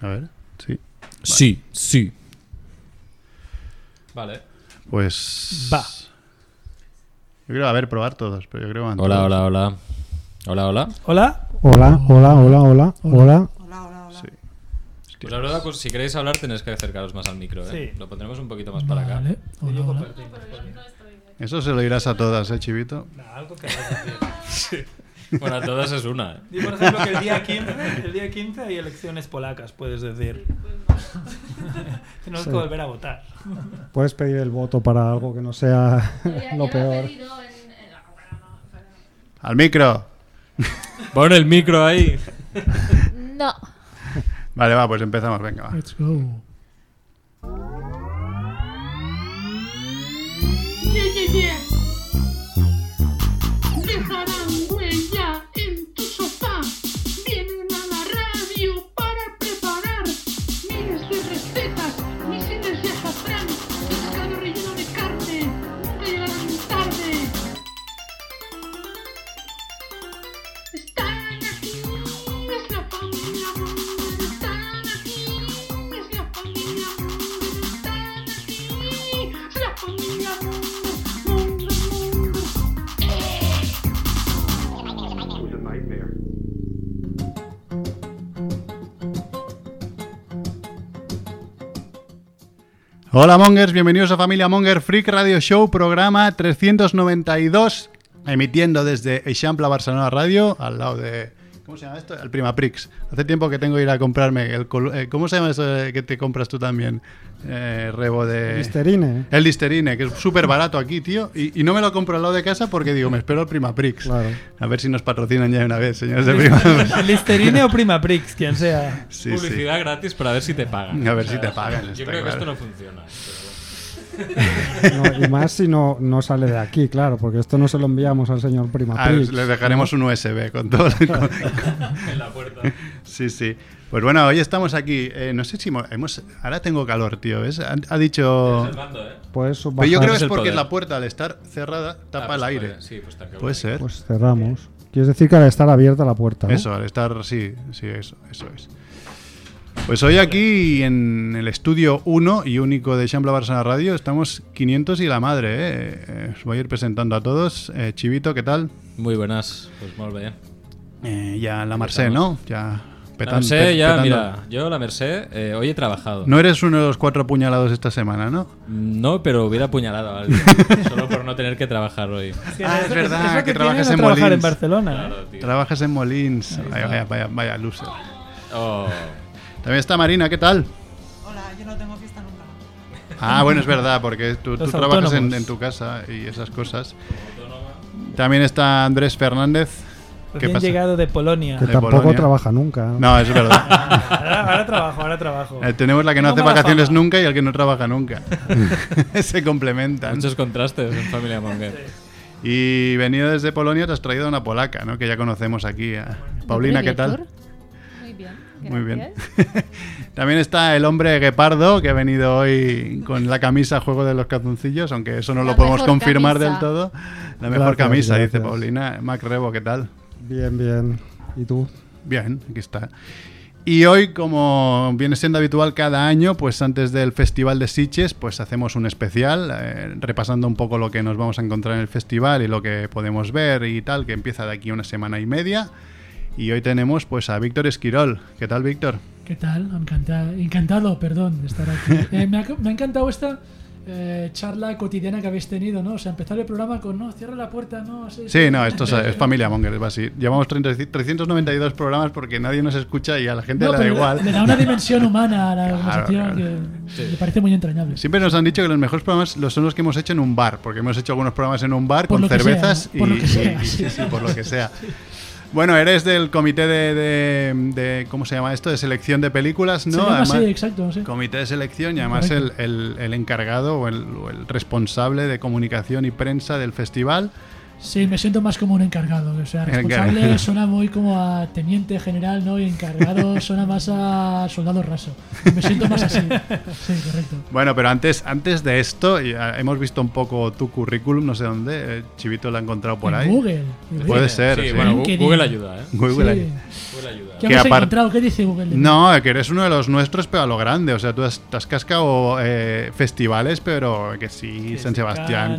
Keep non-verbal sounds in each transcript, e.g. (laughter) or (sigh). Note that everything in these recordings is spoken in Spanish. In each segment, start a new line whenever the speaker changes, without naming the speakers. A ver, sí.
Sí, sí.
Vale.
Pues.
Va.
Yo creo, a ver, probar todos, pero yo creo van
Hola,
todos.
hola, hola. Hola, hola.
Hola.
Hola, hola, hola, hola, hola.
Sí.
Pues la verdad, pues, si queréis hablar tenéis que acercaros más al micro, ¿eh?
Sí.
Lo pondremos un poquito más para acá.
Vale. Hola, hola.
Eso se lo dirás a todas, ¿eh, Chivito?
Algo que vas a decir.
Bueno, a todas es una, ¿eh?
Di, por ejemplo, que el día 15, el día 15 hay elecciones polacas, puedes decir. pues (laughs) Tenemos
Sí.
que volver a votar.
Puedes pedir el voto para algo que no sea (laughs) lo peor.
¡Al micro!
Pon el micro ahí.
No.
Vale, va, pues empezamos, venga, va.
Let's go.
Yeah, yeah, yeah. Dejarán huella en tu sofá. Vienen a la radio para preparar miles de recetas, misiles de azafrán, pescado relleno de carne. Nunca llegarán tarde. Están aquí, es la familia Munger. Están aquí, es la familia Munger. Están aquí, es la familia Munger. Munger, Munger.
Hola, Mongers, bienvenidos a Familia Monger Freak Radio Show, programa 392, emitiendo desde Eixample Barcelona Radio, al lado de. ¿Cómo se llama esto? El Prima Prix. Hace tiempo que tengo que ir a comprarme el. col- eh, ¿Cómo se llama eso de que te compras tú también? Eh, rebo de.
Listerine.
El Listerine, que es súper barato aquí, tío. Y, y no me lo compro al lado de casa porque digo, me espero al Prima Prix.
Claro.
A ver si nos patrocinan ya de una vez, señores (laughs) de Prima Ah, Prix.
(laughs)
Listerine o Prima Prix, quien sea.
Sí, sí.
Publicidad gratis para ver si te pagan.
A ver si te pagan. está
Yo creo
claro.
que esto no funciona. ¿eh? pero bueno.
No, y más si no, no sale de aquí, claro, porque esto no se lo enviamos al señor Prima
Ah,
Prix.
le dejaremos un USB con todo. con-
En la puerta.
(laughs) sí, sí. Pues bueno, hoy estamos aquí. Eh, no sé si hemos, hemos- Ahora tengo calor, tío. ¿ves? Ha, ha dicho.
Es el mando, ¿eh?
Puedes
Pero yo
bajar-
creo que
Es
es
el
porque
poder.
la puerta al estar cerrada tapa
Ah, pues
el aire.
puede- Sí, pues tan
Puede ser.
Pues cerramos. Quieres decir que al estar abierta la puerta, ¿no?
Eso, al estar, sí, sí, eso, eso es. Pues hoy aquí en el estudio 1 y único de Chambla Barcelona Radio estamos 500 y la madre, ¿eh? Eh, Os voy a ir presentando a todos. Eh, Chivito, ¿qué tal?
Muy buenas, pues molt bé.
Eh, ya la Merced, ¿no? Ya
La
petan-
Merced,
pe-
ya,
petando.
mira, yo la Merced, eh, hoy he trabajado.
No eres uno de los cuatro puñalados esta semana, ¿no?
No, pero hubiera apuñalado a alguien.
(laughs)
solo por no tener que trabajar hoy.
Ah, es verdad,
lo
que
tiene
trabajas
no
en
trabajar en
Molins.
Barcelona. ¿eh?
Claro, tío.
Trabajas en Molins. Vaya, vaya, vaya, vaya loser.
Oh.
También está Marina, ¿qué tal?
Hola, yo no tengo fiesta nunca.
Ah, bueno, es verdad, porque tú, tú
Los
trabajas en,
autónomos.
en tu casa y esas cosas. También está Andrés Fernández. ¿Qué
Recién
pasa?
llegado de Polonia.
Que
de
tampoco
Polonia.
trabaja nunca.
No, es
(laughs)
verdad.
Ahora, ahora trabajo, ahora trabajo.
Eh, tenemos la que no
Tengo
hace
mala
vacaciones
fama.
nunca y el que no trabaja nunca. (laughs) Se complementan.
Muchos contrastes en Familia Monger.
Y venido desde Polonia te has traído una polaca, ¿no? Que ya conocemos aquí. eh. Paulina, ¿qué tal?
Muy bien.
Muy bien. (laughs)
gracias.
También está el hombre guepardo que ha venido hoy con la camisa Juego de los Cazuncillos, aunque eso no
La
lo podemos
mejor
confirmar
camisa.
del todo. La mejor
Gracias,
camisa, dice
gracias.
Paulina. Mac Rebo, ¿qué tal?
Bien, bien. ¿Y tú?
Bien, aquí está. Y hoy, como viene siendo habitual cada año, pues antes del Festival de Sitges, pues hacemos un especial, eh, repasando un poco lo que nos vamos a encontrar en el festival y lo que podemos ver y tal, que empieza de aquí a una semana y media. Y hoy tenemos pues a Víctor Esquirol. ¿Qué tal, Víctor?
¿Qué tal? Encanta- encantado, perdón, de estar
(laughs)
aquí. Eh, me, ha, me ha encantado esta eh, charla cotidiana que habéis tenido, ¿no? O sea, empezar el programa con, no, cierra la puerta, no, sí.
Sí, no,
(laughs)
esto es, es familia Monger, va así. Llevamos 30 392 programas porque nadie nos escucha y a la gente
No,
le da
pero
igual.
Le da
(laughs)
una dimensión humana a la
Claro,
conversación que me parece muy entrañable.
Siempre nos han dicho que los mejores programas los son los que hemos hecho en un bar, porque hemos hecho algunos programas en un bar
Por
con
lo que
cervezas
sea, por
y,
lo que sea,
y- y-
sí.
sí, sí, por lo que sea. Bueno, eres del comité de, de- de- ¿cómo se llama esto? De selección de películas,
Se
¿no?
llama así,
Además-
exacto, sí.
comité de selección y además el, el- el encargado o el, o el responsable de comunicación y prensa del festival.
Sí, me siento más como un encargado. O
(laughs)
sea, responsable
Encargado.
suena muy como a teniente general, ¿no?
(laughs)
Y encargado suena más a soldado raso. Me siento más así. Sí, correcto.
Bueno, pero antes, antes de esto, ya hemos visto un poco tu currículum, no sé dónde. eh, Chivito lo ha encontrado por
En
ahí.
Google.
(laughs) Puede ser,
Sí,
sí.
bueno, Gu-
LinkedIn.
Google ayuda, ¿eh?
Google.
Sí.
Google ayuda.
¿Qué
Que
hemos
apart-
encontrado? ¿Qué dice Google? de mí?
No, que eres uno de los nuestros, pero a lo grande. O sea, tú has, te has cascado eh, festivales, pero que sí,
Que
San
sí,
Sebastián,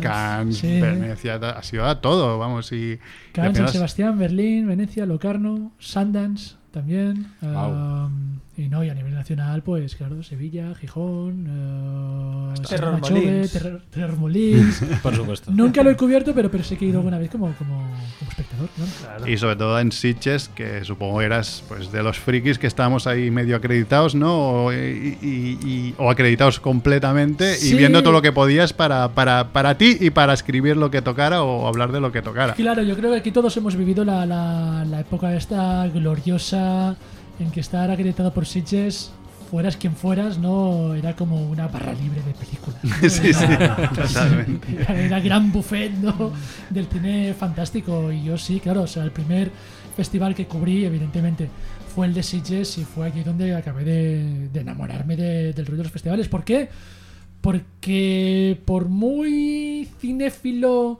Cannes,
Cannes,
sí.
Venecia, ha sido a todo, vamos. Y, y al
Cannes,
final
San
has-
Sebastián, Berlín, Venecia, Locarno, Sundance también.
Guau.
um, y no, y a nivel nacional, pues claro, Sevilla, Gijón, uh,
Terror
Sarmachove,
Molins.
Terror- Terror
(laughs)
Molins.
Por supuesto.
Nunca lo he cubierto, pero, pero sí que he ido alguna vez como, como, como espectador. ¿no?
Y sobre todo en Sitges, que supongo eras pues de los frikis que estábamos ahí medio acreditados, ¿no? O, eh, y- y- y- o acreditados completamente
Sí.
y viendo todo lo que podías para, para, para ti y para escribir lo que tocara o hablar de lo que tocara. (laughs)
Claro, yo creo que aquí todos hemos vivido la, la- la época esta gloriosa en que estar acreditado por Sitges, fueras quien fueras, no era como una barra libre
(laughs)
de películas. ¿no?
Sí, sí,
Era-
totalmente.
(laughs) Era era el gran buffet ¿no? del cine fantástico. Y yo sí, claro, o sea, el primer festival que cubrí, evidentemente, fue el de Sitges y fue aquí donde acabé de, de enamorarme de- del rollo de los festivales. ¿Por qué? Porque por muy cinéfilo,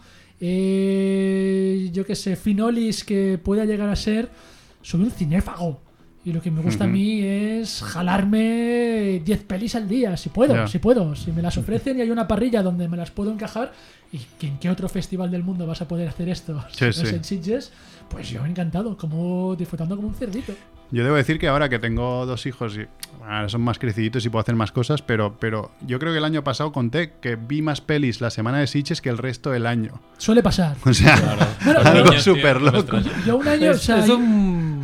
eh, yo qué sé, finolis que pueda llegar a ser, soy un cinéfago. Y lo que me gusta a mí es jalarme 10 pelis al día, si puedo,
Ya.
si puedo. Si me las ofrecen y hay una parrilla donde me las puedo encajar, ¿y que en qué otro festival del mundo vas a poder hacer esto? (laughs) Si
Sí,
no
sí.
es en Sitges, pues yo encantado, como disfrutando como un cerdito.
Yo debo decir que ahora que tengo dos hijos y bueno, ahora son más creciditos y puedo hacer más cosas, pero, pero yo creo que el año pasado conté que vi más pelis la semana de Sitges que el resto del año. (laughs)
Suele pasar.
O sea,
Bueno,
(laughs) algo
Niños, tío,
súper loco.
ostras.
Yo un año,
(laughs)
o
Es,
sea,
es un...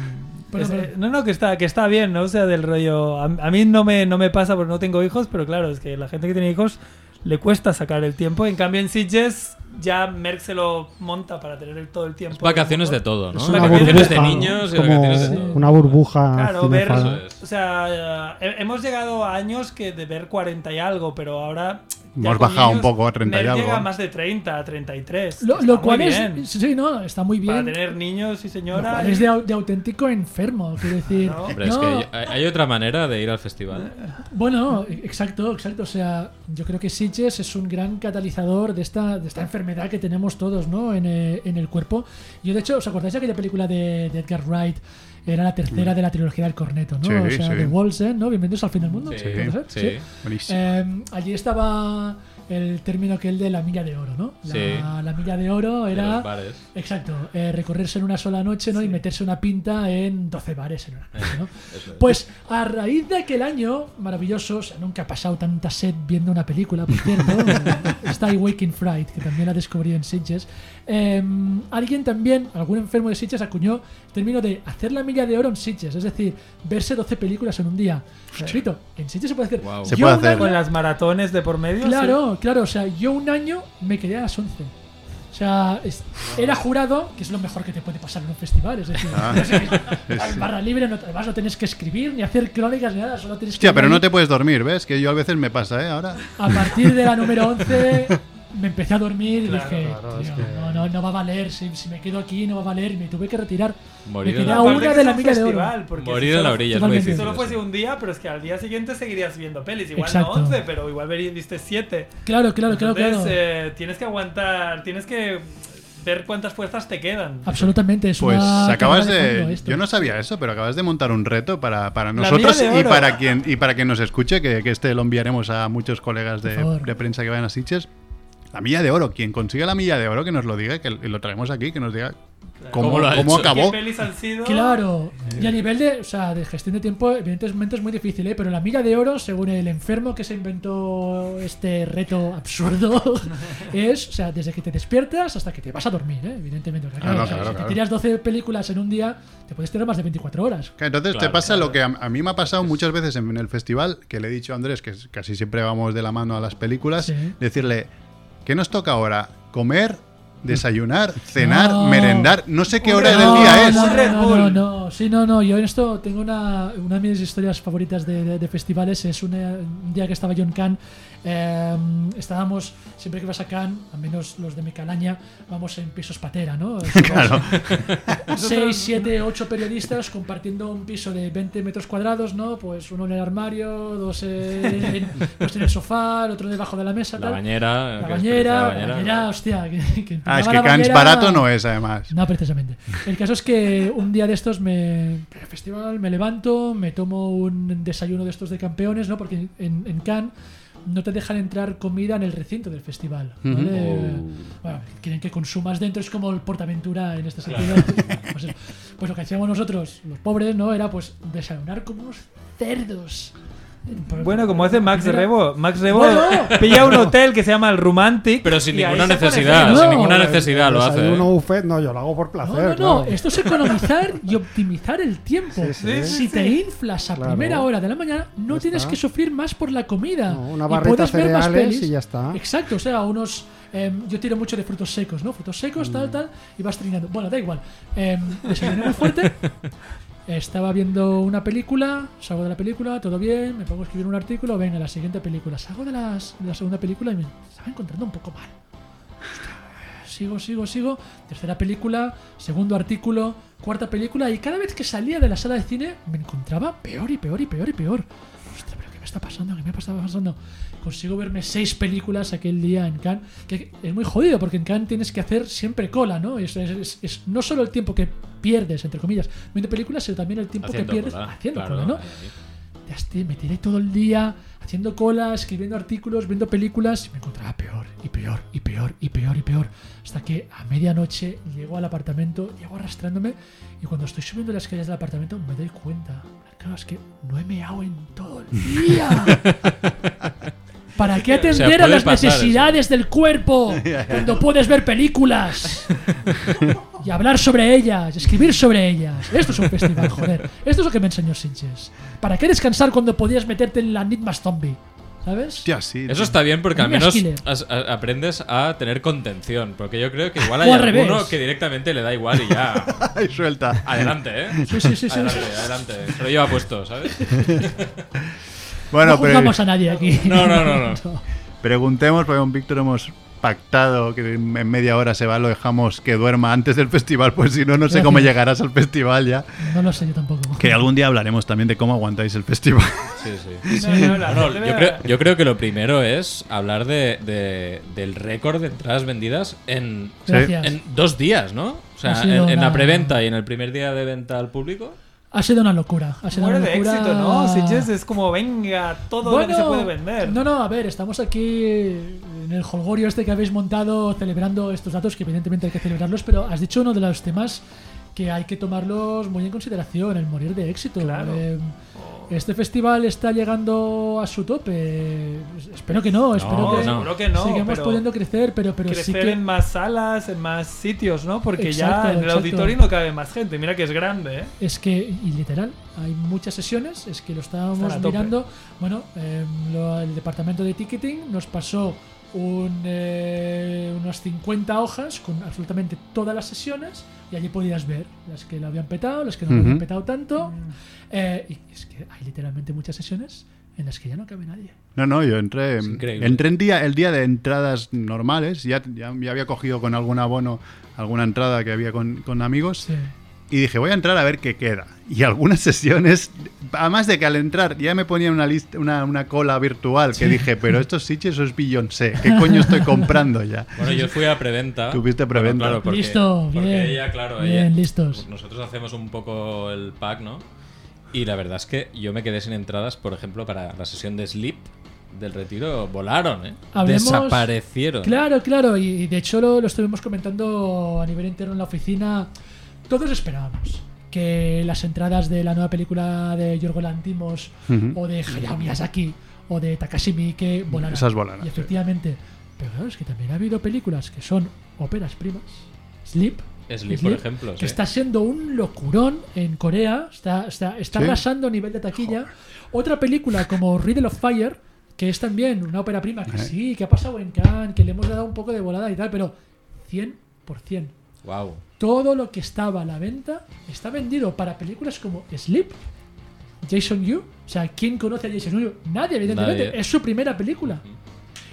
Perdón,
es-
perdón.
no, no, que está, que está bien, ¿no? O sea, del rollo... A, a mí no me, no me pasa porque no tengo hijos, pero claro, es que la gente que tiene hijos le cuesta sacar el tiempo. En cambio, en Sitges ya Merck se lo monta para tener el- todo el tiempo.
Es vacaciones de todo, ¿no?
Es
una
vacaciones de
burbuja,
niños y
como
vacaciones de todo.
una burbuja
Ah,
Claro, ver.
cinéfala.
Eso es.
O sea, eh, hemos llegado a años que de ver 40 y algo, pero ahora. ya
Hemos
con
bajado un poco a 30 y
Mer
algo.
Llega a más de 30, a 33.
lo,
que
lo
está
cual
muy
es...
bien.
Sí, no, está muy bien.
Para tener niños y
Lo
señora.
cual es de, au- de auténtico enfermo, quiero decir.
No.
Hombre, es
No,
que ah. hay- hay otra manera de ir al festival. ¿eh?
Bueno, exacto, exacto. O sea, yo creo que Sitges es un gran catalizador de esta, de esta enfermedad que tenemos todos, ¿no? En, eh, en el cuerpo. Yo, de hecho, ¿os acordáis de aquella película de, de Edgar Wright? Era la tercera de la trilogía del corneto, ¿no?
Sí,
o sea,
sí.
de Wolsen, ¿no? Bienvenidos al fin del mundo.
Sí,
¿puede ser?
sí.
Buenísimo.
Eh, allí estaba el término que el de la milla de oro, ¿no? La,
Sí.
la milla de oro
de
era...
los bares.
Exacto, eh, recorrerse en una sola noche ¿no? y meterse una pinta en 12 bares en una noche. ¿no?
(laughs) eso es.
Pues a raíz de aquel año maravilloso, o sea, nunca ha pasado tanta sed viendo una película, por
(laughs)
cierto, está ahí Waking Fright, que también la descubrí en Sitges, eh, alguien también, algún enfermo de Sitges acuñó el término de hacer la milla de oro en Sitges, es decir, verse 12 películas en un día. Escrito, en Sitges se puede hacer.
Guau.
Se
Yo
puede
un
hacer.
año-
Con las maratones de por medio.
Claro, claro, o sea, yo un año me quedé a las 11. O sea, es- era jurado, que es lo mejor que te puede pasar en un festival. (laughs) Es decir,
Ah, (laughs)
no sé, al barra libre, no, además no tienes que escribir, ni hacer crónicas, ni nada, solo tienes que.
Hostia, pero
ir
no
ahí.
te puedes dormir, ¿ves? Que yo a veces me pasa, ¿eh? Ahora.
A
(laughs)
partir de la número 11 me empecé a dormir
Claro,
y dije,
claro, es
"Tío,
que-
no, no, no va a valer, si, si me quedo aquí no va a valer, y me tuve que retirar.
Morir
me
en
quedé
la
a
orilla.
una de la milla de oro.
Morir en la orilla es muy
Totalmente.
difícil.
Si solo
eso.
fuese un día, pero es que al día siguiente seguirías viendo pelis. Igual
Exacto.
no 11, pero igual verí- viste 7.
Claro, claro, claro,
Entonces,
claro.
eh, tienes que aguantar, tienes que ver cuántas fuerzas te quedan.
Ah, Absolutamente, es
Pues
una
acabas
carrera fondo
de.
esto.
Yo no sabía eso, pero acabas de montar un reto para, para
mía
nosotros
de
y
oro.
para quien y para quien nos escuche, que, que este lo enviaremos a muchos colegas de,
favor.
de prensa que vayan a Sitges. La milla de oro, quien consiga la milla de oro, que nos lo diga, que lo traemos aquí, que nos diga cómo,
¿Cómo lo ha
cómo
hecho?
acabó.
¿Qué pelis han sido?
Claro, y a nivel de, o sea, de gestión de tiempo, evidentemente es muy difícil, ¿eh? pero la milla de oro, según el enfermo que se inventó este reto
(laughs)
absurdo, es, o sea, desde que te despiertas hasta que te vas a dormir, ¿eh? evidentemente. porque,
Ah, no,
o sea,
claro,
si
claro.
te tiras 12 películas en un día, te puedes tirar más de 24 horas.
Que Entonces te
Claro,
pasa lo que a, a mí me ha pasado muchas veces en el festival, que le he dicho a Andrés, que es- casi siempre vamos de la mano a las películas,
Sí.
decirle, ¿qué nos toca ahora? ¿Comer?
(laughs)
desayunar, cenar,
No.
merendar. No sé qué
Un
hora
Red
del
Bull.
día es.
Un
No,
Red
no,
Bull.
no, no. Sí, no, no. Yo en esto tengo una, una de mis historias favoritas de, de- de festivales. Es una- un día que estaba yo en Cannes. eh, estábamos, siempre que vas a Cannes, al menos los de mi calaña, vamos en pisos patera,
(laughs)
¿no?
Claro.
6, 7, 8 periodistas compartiendo un piso de 20 metros cuadrados, ¿no? Pues uno en el armario, dos en, pues en el sofá, el otro debajo de la mesa,
La
tal.
bañera.
La
que
bañera,
la
la bañera, hostia. Que, que
Ah, es
empezaba
que
la
Cans
bañera-
barato no es, además.
no, precisamente. El caso es que un día de estos me. Festival, me levanto, me tomo un desayuno de estos de campeones, ¿no? Porque en, en Cannes no te dejan entrar comida en el recinto del festival. ¿vale? Bueno, quieren que consumas dentro, es como el Portaventura en este sentido. (laughs) Pues, eso. Pues lo que hacíamos nosotros, los pobres, ¿no? Era pues desayunar como unos cerdos.
Bueno, como hace Max
Primera-
Rebo. Max Rebo
Bueno.
pilla un hotel que se llama el Romantic.
Pero sin
y ahí
ninguna
se pone
necesidad,
feliz.
sin
No,
ninguna
el-
necesidad lo hace.
Desayuno
¿eh?
buffet, no, yo lo hago por
No,
placer.
no, no,
claro.
esto es economizar y optimizar el tiempo.
Sí, sí. Sí,
Si te inflas a
Claro.
primera hora de la mañana, no
Ya
tienes
está.
que sufrir más por la comida.
No, una
Y
barrita
puedes ver más
cereales
pelis.
y ya está.
Exacto, o sea, unos. eh, yo tiro mucho de frutos secos, ¿no? Frutos secos,
Mm.
tal, tal, y vas trinando. Bueno, da igual. Eh, desayuné
(laughs)
muy fuerte. Estaba viendo una película, salgo de la película, todo bien, me pongo a escribir un artículo, venga, la siguiente película. Salgo de, las- de la segunda película y me estaba encontrando un poco mal sigo, sigo, sigo. Tercera película, segundo artículo, cuarta película. Y cada vez que salía de la sala de cine me encontraba peor y peor y peor y peor. Ostras, pero ¿qué me está pasando? ¿Qué me está pasando? Consigo verme seis películas aquel día en Cannes. Que es muy jodido porque en Cannes tienes que hacer siempre cola, ¿no? Es, es- es- es no solo el tiempo que pierdes, entre comillas, viendo películas, sino también el tiempo
Haciendo
que pierdes
cola,
haciendo
claro,
cola, ¿no?
ahí, ahí.
Ya esté, me tiré todo el día haciendo colas, escribiendo artículos, viendo películas y me encontraba peor y peor y peor y peor y peor. Hasta que a medianoche llego al apartamento, llego arrastrándome y cuando estoy subiendo las escaleras del apartamento me doy cuenta. Claro, es que no he meado en todo el día. ¿Para
(laughs)
qué
sea,
atender a
puede
las
pasar eso.
necesidades del cuerpo
(laughs)
cuando puedes ver películas? y hablar sobre ellas, escribir sobre ellas. Esto es un festival, joder. Esto es lo que me enseñó Sinches. ¿Para qué descansar cuando podías meterte en la Need Más Zombie? ¿Sabes?
Hostia, sí. (laughs)
Eso está bien porque al
Mira,
menos
Schiller.
as- a- aprendes a tener contención. Porque yo creo que igual
O
hay
al
alguno
revés.
que directamente le da igual y
(laughs)
ya.
Ay, suelta.
Adelante, ¿eh?
Sí, sí, sí, sí.
Adelante, adelante. Se lo lleva puesto, ¿sabes?
Bueno, pero
no juzgamos a nadie aquí.
No, no, no,
(laughs)
no.
preguntemos, porque con Víctor hemos pactado que en media hora se va, lo dejamos que duerma antes del festival, pues si no, no sé cómo
Gracias.
llegarás al festival ya.
No lo sé yo tampoco.
Que algún día hablaremos también de cómo aguantáis el festival. (laughs)
Sí, sí.
No, no, la
No,
gente
yo,
me-
creo, yo creo que lo primero es hablar de, de- del récord de entradas vendidas en,
Sí.
Gracias.
en dos días, ¿no? O
Ha
sea, en,
sido
en la
una-
preventa y en el primer día de venta al público.
Ha sido una locura. Ha sido
Muere
una
de
locura.
éxito, ¿no? Sitges es como, venga, todo lo que se puede vender.
No, no, a ver, estamos aquí en el holgorio este que habéis montado celebrando estos datos, que evidentemente hay que celebrarlos, pero has dicho uno de los temas que hay que tomarlos muy en consideración, el morir de éxito.
Claro.
Eh, este festival está llegando a su tope. Espero que no, espero que
seguro que no,
sigamos
pero-
pudiendo crecer, pero, pero
crecer
sí que...
en más salas, en más sitios, ¿no? Porque
Exacto,
ya en el
exacto.
auditorio no cabe más gente. Mira que es grande, ¿eh?
Es que, y literal, hay muchas sesiones, es que lo
Están a
estábamos
tope.
mirando. Bueno, eh, lo- el departamento de ticketing nos pasó un, eh, unas 50 hojas con absolutamente todas las sesiones y allí podías ver las que lo habían petado, las que no lo
Ujú.
habían petado tanto.
Mm.
Eh, y es que hay literalmente muchas sesiones en las que ya no cabe nadie.
No, no, yo entré.
Es increíble.
Entré en día, el día de entradas normales. Ya, ya, ya había cogido con algún abono alguna entrada que había con, con amigos.
Sí.
Y dije, voy a entrar a ver qué queda. Y algunas (laughs) sesiones, además de que al entrar ya me ponían una, lista, una, una cola virtual que dije, pero estos sitches es Beyoncé, ¿qué coño estoy comprando ya?
Bueno, yo fui a preventa.
Tuviste preventa.
Bueno, claro, porque,
Listo,
porque
bien.
ella, claro,
Bien,
ella-
listos.
Nosotros hacemos un poco el pack, ¿no? Y la verdad es que yo me quedé sin entradas, por ejemplo, para la sesión de Sleep del retiro, volaron, ¿eh?
Hablemos-
Desaparecieron.
Claro, claro, y y de hecho lo, lo estuvimos comentando a nivel interno en la oficina. Todos esperábamos que las entradas de la nueva película de Yorgo Lantimos o de Hayao Miyazaki o de Takashi Miike volaran.
Esas volaran,
Y
sí.
efectivamente, pero claro, es que también ha habido películas que son óperas primas. Sleep.
Sleep, por ejemplo,
Que
sí.
está siendo un locurón en Corea, está, está, está
Sí.
arrasando a nivel de taquilla. Otra película como Riddle of Fire, que es también una ópera prima, que sí, que ha pasado en Cannes, que le hemos dado un poco de volada y tal, pero 100
Wow.
Todo lo que estaba a la venta está vendido para películas como Sleep, Jason Yu. O sea, ¿quién conoce a Jason Yu? Nadie, evidentemente.
Nadie.
Es su primera película.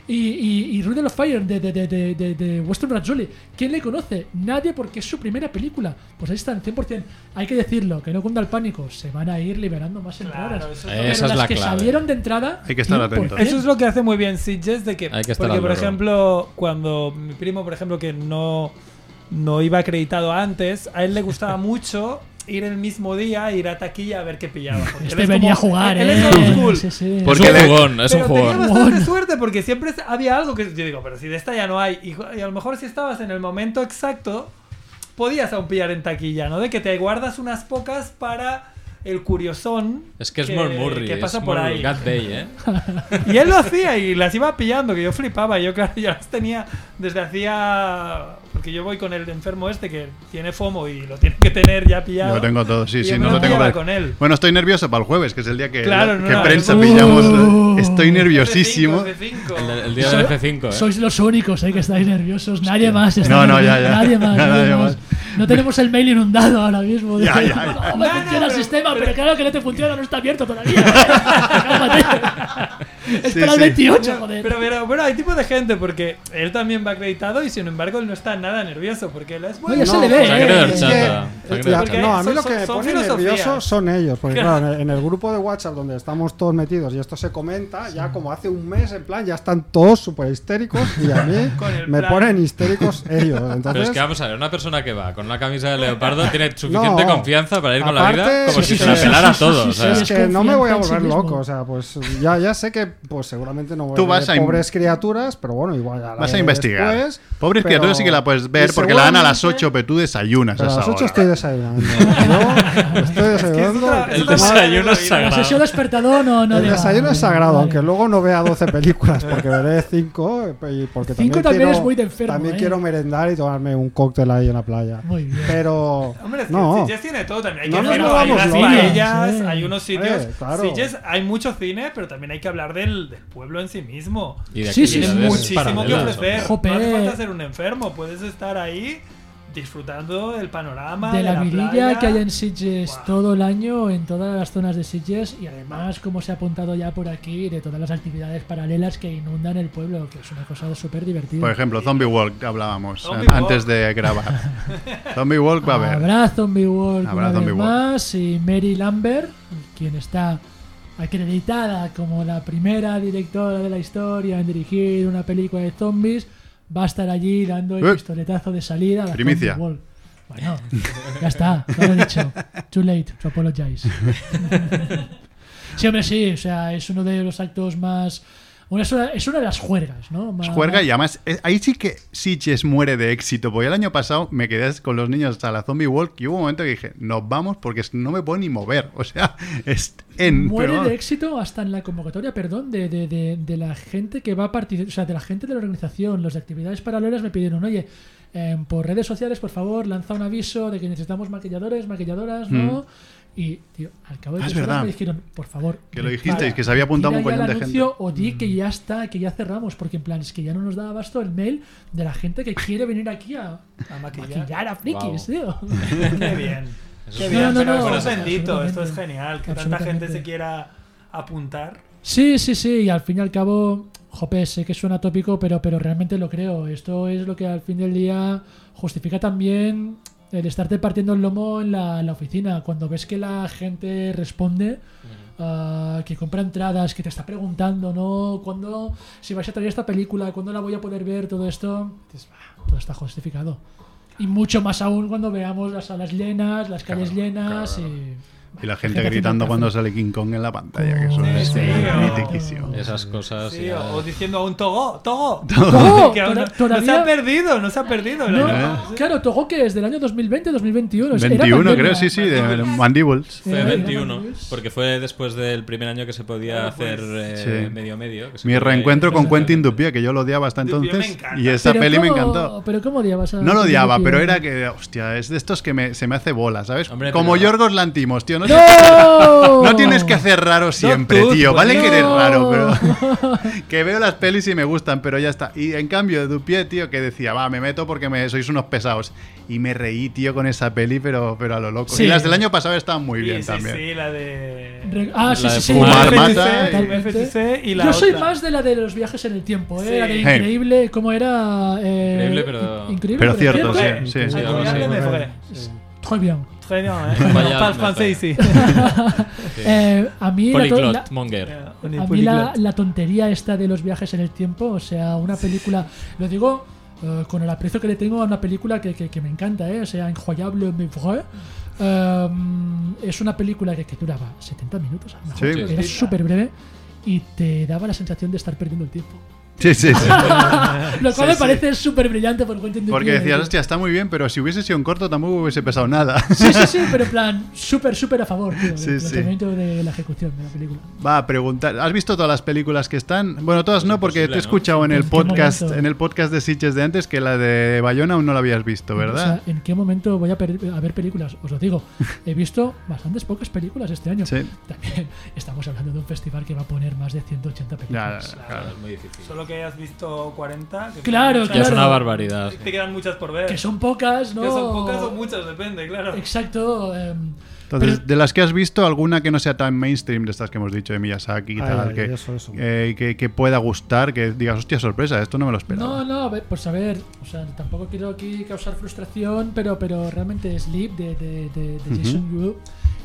Y, y, y Rudolph Fire de, de, de, de, de, de Western Razzoli. ¿Quién le conoce? Nadie porque es su primera película. Pues ahí están, 100%. Hay que decirlo, que no cunda el pánico. Se van a ir liberando más
Claro,
entradas.
eso es
Pero
Eh, Esa es
las
la
que
clave.
salieron de entrada.
Hay que estar
100%.
atentos.
Eso es lo que hace muy bien Sitges de que,
Hay que estar
porque
al
por
loro.
ejemplo, cuando mi primo, por ejemplo, que no no iba acreditado antes, a él
(laughs)
le gustaba mucho ir el mismo día, ir a taquilla a ver qué pillaba. porque él
Este
es
venía
como-
a jugar,
él
¿eh?
es old school.
Sí, sí.
Es
Porque
un
le-
jugón, es un
pero tenía
jugón.
bastante
Jugón.
suerte porque siempre había algo que yo digo, pero si de esta ya no hay y, jo- y a lo mejor si estabas en el momento exacto podías aún pillar en taquilla, ¿no? De que te guardas unas pocas para el curiosón.
Es que es Murmurri.
que pasa
es
por
Murmurri,
ahí.
Gat Day, ¿eh?
(laughs) Y él lo hacía y las iba pillando, que yo flipaba. Yo, claro, ya las tenía desde hacía. Porque yo voy con el enfermo este que tiene FOMO y lo tiene que tener ya pillado.
Yo tengo todo, sí,
Y
sí,
yo
no
me
lo tengo
pillaba
para-
con él.
Bueno, estoy nervioso para el jueves, que es el día que,
Claro, no,
que
no,
prensa
es-
pillamos.
(laughs)
Uh.
estoy nerviosísimo.
F5,
El,
F5.
el día del F5, ¿eh?
Sois los únicos eh, que estáis nerviosos. Nadie más está
No, no, ya,
nervioso.
ya.
Nadie
(laughs)
más.
Ya,
nadie
ya,
más.
ya.
No tenemos el mail inundado ahora mismo.
Ya, ya, ya.
(laughs) No me
No, no,
funciona
pero-
el sistema, pero,
pero-
claro que no te funciona, no está
(laughs)
abierto todavía. Cálmate. Espera el
sí.
28, joder.
Pero, pero bueno, hay tipo de gente porque él también va acreditado y sin embargo él no está nada nervioso porque él es bueno.
ya se le ve,
Sangre de
eh,
Es que-
horchata. Sangre de
la-
horchata.
no, a mí
son-
lo que me
son
pone
filosofías.
nervioso son ellos, porque claro, en en el grupo de WhatsApp donde estamos todos metidos y esto se comenta, ya como hace un mes, en plan, ya están todos súper histéricos y a mí
(laughs) Con el
me
plan.
ponen histéricos ellos.
Pero
Entonces,
es que vamos a ver, una persona que va con una camisa de leopardo tiene suficiente
No.
confianza para ir con la vida
Aparte-
como
Sí,
si se
sí,
la
sí,
pelara a
sí, sí,
todos.
sí,
o sea.
sí,
es que no me voy a volver
Desconfianza en sí
loco,
mismo.
o sea, pues ya, ya sé que pues seguramente no voy
Tú
a ver
vas a in-
pobres criaturas, pero bueno, igual ya la
Vas a
veré
investigar.
después,
Pobres
pero-
criaturas sí que la puedes ver
y
porque la dan a las
seguramente-
8, pero tú desayunas
Pero
a
a las
esa
8
hora.
(laughs)
estoy desayunando. Yo estoy desayunando.
otra- es
El
otra
desayuno es
La
sagrado.
sesión despertador no, no
el
le va,
desayuno
no
es
le va,
sagrado,
vale.
aunque luego no vea 12 películas, porque veré 5 y porque también,
Cinco también
quiero,
es muy de enfermo,
también
¿eh?
quiero merendar y tomarme un cóctel ahí en la playa.
Muy bien.
Pero
Hombre, es que
no,
Sitges tiene todo también. Hay,
No
que
nos
decirlo, hay
volvamos
unas
locos.
paellas,
Sí.
hay unos sitios.
Hombre, claro.
Sitges, hay mucho cine, pero también hay que hablar del, del pueblo en sí mismo.
Y de
Sí, sí,
Tiene
sí.
actividades
muchísimo que
paralelas,
ofrecer.
hombre.
Jope.
No hace falta ser un enfermo, puedes estar ahí disfrutando del panorama.
de la
playa.
virilla que hay en Sitges
Guau.
todo el año en todas las zonas de Sitges y además como se ha apuntado ya por aquí de todas las actividades paralelas que inundan el pueblo que es una cosa súper divertida
Por ejemplo, Zombie Walk hablábamos
Zombie
eh,
Walk.
antes de grabar.
(laughs)
Zombie Walk va a haber.
Habrá Zombie World
Habrá
una
Zombie
vez
World.
más y Mary Lambert, quien está acreditada como la primera directora de la historia en dirigir una película de zombies, va a estar allí dando el
Eh.
pistoletazo de salida a la
Primicia.
Zombie World. Bueno, ya está, ya lo he dicho. Too late,
(laughs)
to apologize. sí, hombre, sí, o sea, es uno de los actos más... una- es una- es una de las juergas, ¿no? Más-
Juerga y además, eh, ahí sí que Sitges muere de éxito, porque el año pasado me quedé con los niños hasta la Zombie Walk y hubo un momento que dije, nos vamos porque es- no me puedo ni mover, (laughs) o sea, es en...
muere
pero-
de éxito hasta en la convocatoria, perdón, de, de- de- de la gente que va a participar, o sea, de la gente de la organización, los de actividades paralelas me pidieron, oye, eh, por redes sociales, por favor, lanza un aviso de que necesitamos maquilladores, maquilladoras, ¿no? Y, tío, al cabo de
Mm. Ah, es
tres horas
verdad.
me dijeron, por favor.
Que lo
prepara,
dijisteis, que se había apuntado
tira
un
ya
collón
el
de gente. Mm.
anuncio O di que ya está, que ya cerramos, porque en plan, es que ya no nos da abasto el mail de la gente que quiere venir aquí a,
(laughs)
A maquillar.
maquillar a frikis, tío.
Qué bien.
Eso
Qué
es
bien,
No, no,
pero
no,
esto es
no,
bendito, esto es
absolutamente.
genial. Que tanta gente
Absolutamente.
se quiera apuntar.
Sí, sí, sí, y al fin y al cabo, jope, sé que suena tópico, pero, pero realmente lo creo. Esto es lo que al fin del día justifica también el estarte partiendo el lomo en la, en la oficina. Cuando ves que la gente responde, ah, que compra entradas, que te está preguntando, ¿no? ¿Cuándo, si vais a traer esta película, cuándo la voy a poder ver? Todo esto, dices, "Bah, todo está justificado. Y mucho más aún cuando veamos las salas llenas, las calles
Claro,
llenas
claro.
y...
Y la
Gente
gente
haciendo
gritando
café.
cuando sale King Kong en la pantalla, que eso
Sí,
es
sí.
mitiquísimo.
Esas cosas.
Sí,
ya-
o, o diciendo a un Togo,
(laughs)
Togo. (laughs)
¡Oh!
Que aún no-
Toda-
no se ha
todavía-
perdido, no se ha perdido.
No,
¿Eh?
Claro, Togo que es del año 2020-2021.
21 creo, sí, sí, de Mandibles.
Fue
Eh,
21,
Mandibles.
porque fue después del primer año que se podía hacer eh,
Sí.
medio-medio. que se
Mi
podía ir
reencuentro con Quentin
exactamente.
Dupié, que yo lo odiaba hasta
Dupié me
entonces,
encanta.
y esa peli me encantó.
Pero ¿cómo odiabas a
No lo
Johnny
odiaba,
Depp?
pero era que, hostia, es de estos que me- se me hace bola, ¿sabes?
Hombre,
Como
pero-
Yorgos Lantimos, tío. No,
¡No!
(laughs) no tienes que hacer raro siempre,
tú, pues
tío.
por
Vale que eres
Dios.
raro,
(laughs)
pero. que veo las pelis y me gustan, pero ya está. Y en cambio, Dupié, tío, que decía, va, me meto porque me, sois unos pesados. Y me reí, tío, con esa peli, pero, pero a lo loco.
Sí.
Y las del año pasado estaban muy
Sí,
bien
sí,
también.
sí, la de.
Re- Ah, sí,
La
sí,
de
sí.
fumar
FTC,
mata y-
totalmente.
FTC y la
Yo soy
otra.
más de la de los viajes en el tiempo, ¿eh?
Sí.
La de
Sí.
increíble, ¿cómo era? Eh,
Increíble, pero-
Increíble,
Pero cierto,
cierto,
sí. sí,
eh.
sí.
Ah,
algo
regarde,
así.
me fue.
Très bien.
Très bien, eh.
Vaya, me
Parle français
fue.
(laughs)
ici.
Eh, a mí, la, to- la-
Policlot, Monger.
On est
a mí la,
polyglotte.
la tontería esta de los viajes en el tiempo, o sea, una película, lo digo eh, con el aprecio que le tengo a una película que, que- que me encanta, ¿eh? o sea, Incroyable mais vrai. Um, es una película que, que duraba 70 minutos, a lo mejor,
Sí.
era súper breve y te daba la sensación de estar perdiendo el tiempo.
Sí, sí,
(laughs)
sí. (laughs)
Lo cual
Sí,
me
sí.
parece súper brillante por Quentin Dupieux.
Porque decías,
¿eh?
hostia, está muy bien, pero si hubiese sido un corto tampoco hubiese pesado
(laughs)
nada.
Sí, sí, sí, pero en plan, súper, súper a favor, tío,
(laughs) Sí,
del
sí.
planteamiento de la ejecución de la película.
Va a preguntar. ¿Has visto todas las películas que están? Bueno, todas no, porque te he
Imposible, ¿no?
escuchado en el
¿En qué
podcast,
momento?
en el podcast de Sitches de antes que la de Bayona aún no la habías visto, ¿verdad?
Pues, O sea, ¿en qué momento voy a, per- a ver películas? Os
(laughs)
lo digo, he visto bastantes pocas películas este año.
Sí.
También (laughs) estamos hablando de un festival que va a poner más de 180
Ya,
películas.
claro.
Es muy difícil.
Solo que hayas visto 40. que
Claro,
muchas-
Ya es una
Claro.
barbaridad.
Te quedan muchas por ver.
Que son pocas, ¿no?
Que son pocas o muchas, depende, claro.
Exacto. eh,
Entonces,
pero-
de las que has visto, alguna que no sea tan mainstream de estas que hemos dicho de Miyazaki y
Ay,
tal,
ay,
que,
eso, eso.
eh, que, que pueda gustar, que digas, hostia, sorpresa, esto no me lo esperaba.
No, no, a ver, pues a ver, o sea, tampoco quiero aquí causar frustración, pero, pero realmente Sleep de, de- de- de Jason Wu.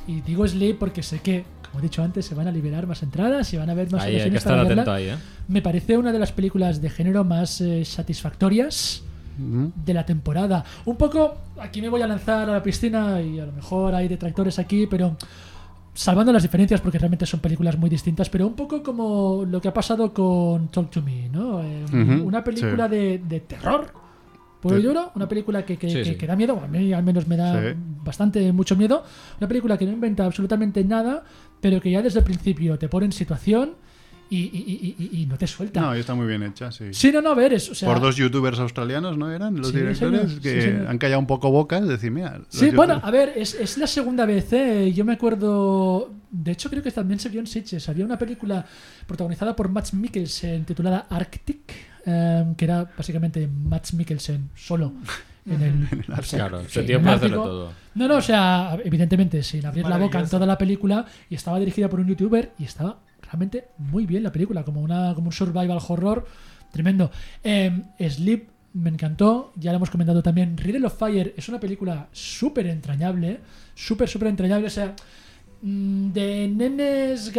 Y digo Sleep porque sé que, como he dicho antes, se van a liberar más entradas y van a haber más
Ahí, hay que
ocasiones
estar
para verla.
atento ahí, ¿eh?
Me parece una de las películas de género más eh, satisfactorias
Ujú.
de la temporada. Un poco, aquí me voy a lanzar a la piscina y a lo mejor hay detractores aquí, pero salvando las diferencias porque realmente son películas muy distintas, pero un poco como lo que ha pasado con Talk to Me, ¿no? Eh,
Ujú,
una película
sí.
de, de terror. Puro
Sí.
y duro, una película que, que-
Sí,
que-
sí.
que da miedo, a mí al menos me da
Sí.
bastante mucho miedo. Una película que no inventa absolutamente nada, pero que ya desde el principio te pone en situación y, y- y- y- y no te suelta.
No, y está muy bien hecha, sí.
Sí, no, no, a ver, es, o sea,
Por dos youtubers australianos, ¿no eran? Los
Sí,
directores
señor,
que
sí, señor.
han callado un poco bocas, decir, mira. los
Sí,
youtubers-
bueno, a ver, es, es la segunda vez, ¿eh? Yo me acuerdo. De hecho, creo que también se vio en Sitges. Había una película protagonizada por Max Mikkelsen titulada Arctic, eh, que era básicamente Max Mikkelsen solo. (laughs) En el, o sea,
Claro,
sí,
ese
en
tío
el
puede hacerlo
Ártico.
todo.
No, no, o sea, evidentemente, sin abrir la boca en
Maravilloso.
toda la película. Y estaba dirigida por un youtuber y estaba realmente muy bien la película, como, una, como un survival horror tremendo. Eh, Sleep me encantó, ya lo hemos comentado también. Riddle of Fire es una película súper entrañable, súper, súper entrañable. O sea, mm, de nenes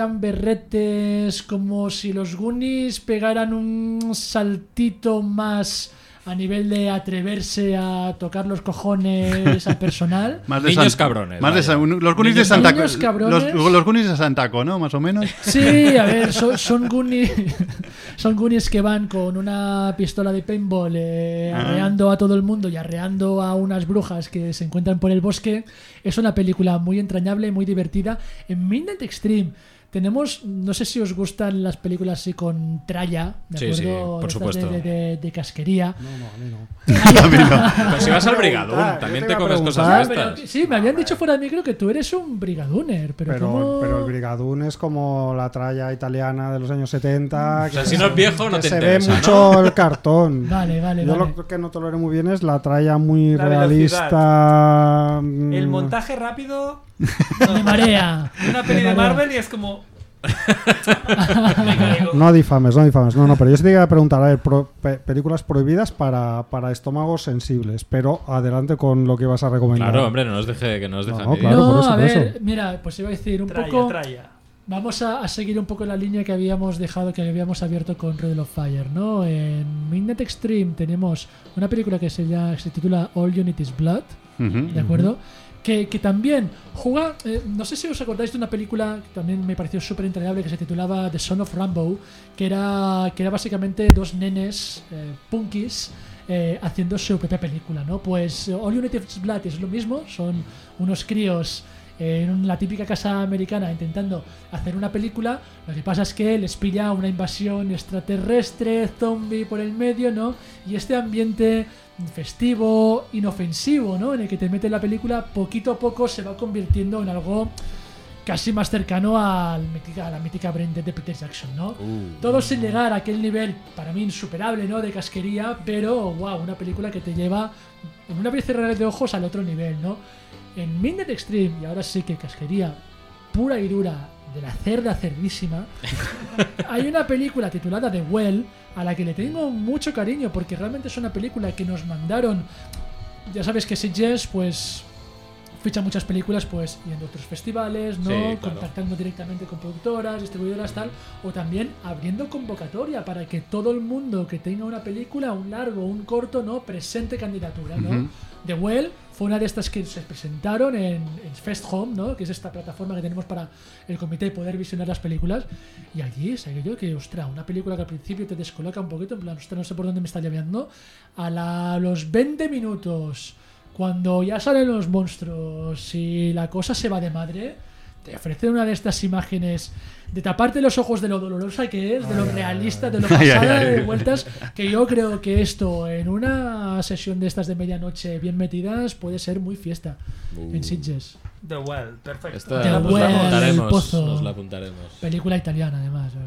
gamberretes, como si los Goonies pegaran un saltito más. A nivel de atreverse a tocar los cojones al personal.
Más
Niños cabrones,
Más de
vaya.
San- los Goonies de
Niños
Santa
cabrones.
Co-
Niños
Los,
cabrones.
los Goonies de Santa Co, ¿no? Más o menos.
(laughs) Sí, a ver, son, son Goonies (laughs) son Goonies que van con una pistola de paintball eh, arreando a todo el mundo y arreando a unas brujas que se encuentran por el bosque. Es una película muy entrañable, muy divertida. En Midnight Extreme tenemos, no sé si os gustan las películas así con tralla, ¿de
Sí, sí,
acuerdo?
por
Estas
supuesto.
De, de- de casquería.
No, no, a mí no.
Pero si vas al
Yo te iba a
brigadón,
preguntar,
también
yo
te
te iba a
comes
preguntar.
cosas de
Pero-
estas.
sí, me habían dicho fuera de micro que tú eres un brigaduner, pero,
Pero,
¿cómo?
pero el Brigadún es como la tralla italiana de los años 70.
O sea,
que
si no es viejo, no
que
te
se
interesa,
ve
¿no?
mucho el
(laughs)
cartón.
Vale, vale,
Yo
vale.
lo que no tolero muy bien es la tralla muy
La
realista. mm,
El montaje rápido.
(laughs) Me marea.
Una peli
Me
de
marea.
Marvel y es como. Me caigo.
No difames, no difames. No, no, pero yo sí te iba a preguntar, a ver, pro- pe- películas prohibidas para, para estómagos sensibles, pero adelante con lo que vas a recomendar.
Claro, hombre, no nos deje que no nos deje.
No, no,
aquí.
claro.
no,
por eso,
a
por
ver,
eso.
mira, pues iba a decir un
Traya,
poco.
traya.
Vamos a, a seguir un poco la línea que habíamos dejado, que habíamos abierto con Red of Fire, ¿no? En Midnight Extreme tenemos una película que se, llama, se titula All You Need Is Blood,
Ujú.
¿de acuerdo? Que, que también juega. eh, no sé si os acordáis de una película que también me pareció súper entrañable que se titulaba The Son of Rambo, que era, que era básicamente dos nenes eh, punkis. eh, haciendo su propia película, ¿no? Pues eh, All You Need Is Blood es lo mismo, son unos críos en la típica casa americana intentando hacer una película, lo que pasa es que les pilla una invasión extraterrestre, zombie por el medio, ¿no? Y este ambiente festivo, inofensivo, ¿no? En el que te mete la película, poquito a poco se va convirtiendo en algo casi más cercano al mítica- a la mítica Brain Dead de Peter Jackson, ¿no?
Uh.
Todo sin llegar a aquel nivel, para mí insuperable, ¿no? De casquería, pero wow, una película que te lleva en una pieza de ojos al otro nivel, ¿no? En Midnight Extreme, y ahora sí que casquería pura y dura, de la cerda cerdísima, hay una película titulada The Well a la que le tengo mucho cariño porque realmente es una película que nos mandaron. Ya sabes que Sitges, pues ficha muchas películas pues yendo a otros festivales, ¿no?
Sí, claro.
Contactando directamente con productoras, distribuidoras, tal, o también abriendo convocatoria para que todo el mundo que tenga una película, un largo, un corto, ¿no? presente candidatura, ¿no?
Ujú.
The Well fue una de estas que se presentaron en, en Fest Home, ¿no? Que es esta plataforma que tenemos para el comité poder visionar las películas. Y allí es aquello que, ostras, una película que al principio te descoloca un poquito, en plan, ostras, no sé por dónde me está llevando. A la- los 20 minutos, cuando ya salen los monstruos y la cosa se va de madre, te ofrecen una de estas imágenes de taparte los ojos de lo dolorosa que es, de lo
(laughs)
realista, de lo
Ay, ay,
pasada
ay.
de vueltas, que yo creo que esto en una sesión de estas de medianoche bien metidas puede ser muy fiesta
Uh.
en Sitges.
The Well, perfecto.
Uh. Esta
Te
nos
huele
la
el
apuntaremos.
pozo.
Nos la apuntaremos.
Película italiana, además. o sea,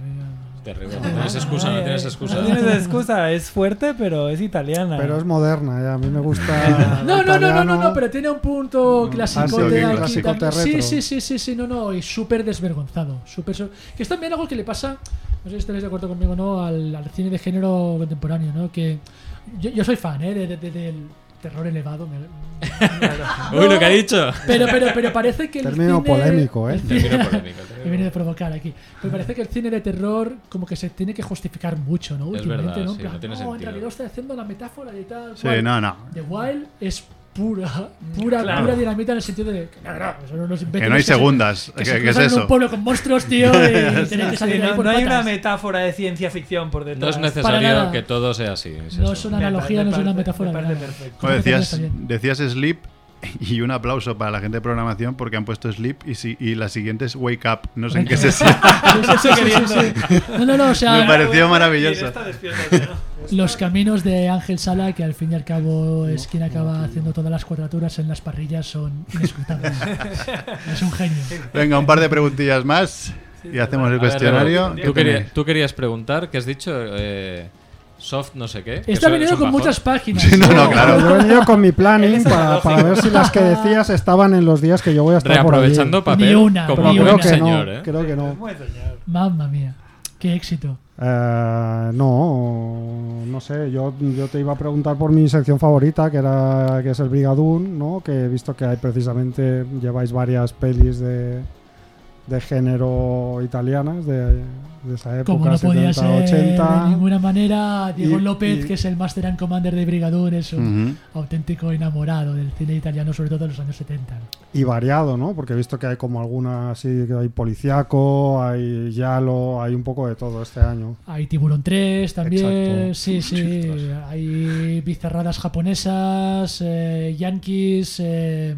Terrible. No tienes excusa, no tienes excusa.
No tienes excusa, es fuerte, pero es italiana.
Pero es moderna, ya. A mí me gusta.
(laughs) No,
el
no, no, no, no,
italiano. Mm, ah,
no, pero tiene un punto clásico
sí,
de
ok,
aquí
clásico.
también.
Te
Sí,
retro.
sí, sí, sí, sí, no, no, y súper desvergonzado. Súper, su- que es también algo que le pasa, no sé si estaréis de acuerdo conmigo, ¿no? Al, al cine de género contemporáneo, ¿no? Que yo, yo soy fan, ¿eh? De, de- de- del terror elevado. me-
Uy, lo que ha
(laughs)
dicho.
Pero, pero, pero parece que el
Término
cine-
polémico, ¿eh?
Termino polémico, termino
Me viene de provocar aquí. Pero parece que el cine de terror como que se tiene que justificar mucho, ¿no?
Es
Últimamente,
verdad,
¿no? En
sí,
plan, "Oh,
no tiene
en
sentido".
realidad estoy haciendo la metáfora de tal.
Sí,
cual".
no, no.
The Wild es pura, pura,
Claro.
pura dinamita en el sentido de que, no, no, son unos imbéciles
Que no hay
se-
segundas.
que
¿Qué,
se
qué es
cruzan en
eso?
un pueblo con monstruos,
(laughs)
tío, y tener que
Sí,
salir de ahí
no,
por
no hay una
patas.
metáfora de ciencia ficción por
No
detrás.
es
Para
necesario
nada.
que todo sea así. es
No
eso.
es una
Me
analogía, no es una
parece-
metáfora.
me
no,
parece
no.
perfecto.
Joder,
Creo que
Pues decías,
también está bien.
decías Sleep (laughs) y un aplauso para la gente de programación porque han puesto Sleep y, si- y la siguiente es Wake Up. No sé en qué se
(laughs)
Sí, sí, sí, sí, sí. No, no, no, o sea,
Me pareció maravilloso.
Los caminos de Ángel Sala, que al fin y al cabo es quien acaba haciendo todas las cuadraturas en las parrillas, son
(laughs)
inescrutables. es un genio.
(laughs) Venga, un par de preguntillas más y hacemos el
A ver,
cuestionario.
Leo,
¿Qué
tú, querías,
tenéis?
tú querías preguntar, ¿qué has dicho? Eh, soft no sé qué. que
Está
eso es
venido
un
con
bajón.
muchas páginas. Oh,
Sí, no,
¿no?
no,
Claro,
claro.
yo he venido con mi planning
Eres un
para, para ver si las que decías estaban en los días que yo voy a estar por allí.
Reaprovechando papel
Ni una,
como
ni
Pero
buen
creo
una.
que
señor,
no,
¿eh?
creo que no.
Mamma mía, qué éxito.
Eh, no, no sé, yo, yo te iba a preguntar por mi sección favorita, que era que es el Brigadoon, ¿no? Que he visto que hay precisamente, lleváis varias pelis de, de género italianas de, de esa época,
Como no podía ser
70, 80.
de ninguna manera, Diego
Y-
López,
y- Mm.
que es el Master and Commander de Brigadoon, es un
Ujú.
auténtico enamorado del cine italiano, sobre todo de los años 70. ¿no?
Y variado, ¿no? Porque he visto que hay como alguna así, que hay policiaco, hay yalo, hay un poco de todo este año.
Hay Tiburón 3 también.
Exacto.
Sí, sí. Hay bizarradas japonesas, eh, yankees. eh,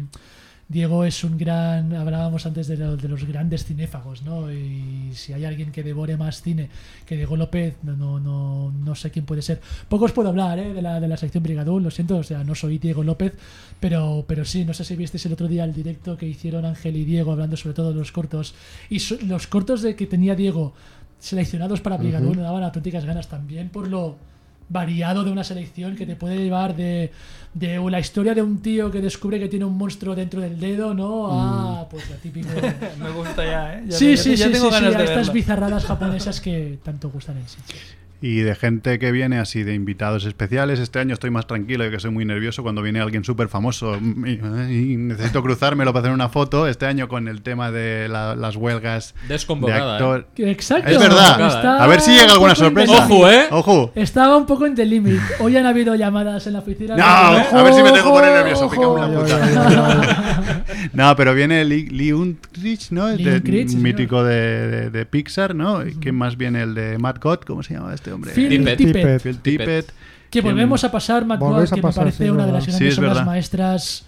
Diego es un gran. Hablábamos antes de, lo- de los grandes cinéfagos, ¿no? Y si hay alguien que devore más cine que Diego López, no, no, no, no sé quién puede ser. Poco os puedo hablar, ¿eh? De la, de la sección Brigadón, lo siento, o sea, no soy Diego López, pero, pero sí, no sé si visteis el otro día el directo que hicieron Ángel y Diego hablando sobre todo de los cortos. Y so- los cortos de que tenía Diego seleccionados para Brigadón me daban auténticas ganas también por lo variado de una selección que te puede llevar de, de la historia de un tío que descubre que tiene un monstruo dentro del dedo, ¿no? A pues lo típico.
(laughs) Me gusta ya, ¿eh? Ya
sí,
me-
sí,
Mm. ya
sí,
tengo
sí, sí,
ganas
a
de
estas
verla.
bizarradas japonesas que tanto gustan en sí.
Y de gente que viene así de invitados especiales. Este año estoy más tranquilo y que soy muy nervioso cuando viene alguien súper famoso. Mm, y- y necesito cruzármelo para hacer una foto. Este año con el tema de la- las huelgas de
Desconvocada.
actor.
Que- Exacto.
Es verdad. ¿eh?
Está
A ver si llega alguna
un poco
sorpresa.
indecente.
Ojo, ¿eh?
¡Ojo!
Estaba un poco en the limit. Hoy han habido llamadas en la oficina.
No,
Ojo,
a ver si me tengo que poner
ojo,
nervioso, me cago en la
ojo.
puta. No, pero viene Lee, Lee Unkrich, ¿no? El
Lee
de-
Unkrich, sí,
mítico de, de- de Pixar, ¿no? ¿Quién más viene el de Matt Gott? ¿Cómo se llamaba este hombre?
Phil
Tippett.
Tippett.
Tippett.
Phil Tippett.
Que volvemos a pasar Matt
Volvéis
Ward,
a
que
pasar,
me parece
sí,
una de
verdad.
las
Sí,
grandes
es
obras
verdad.
maestras.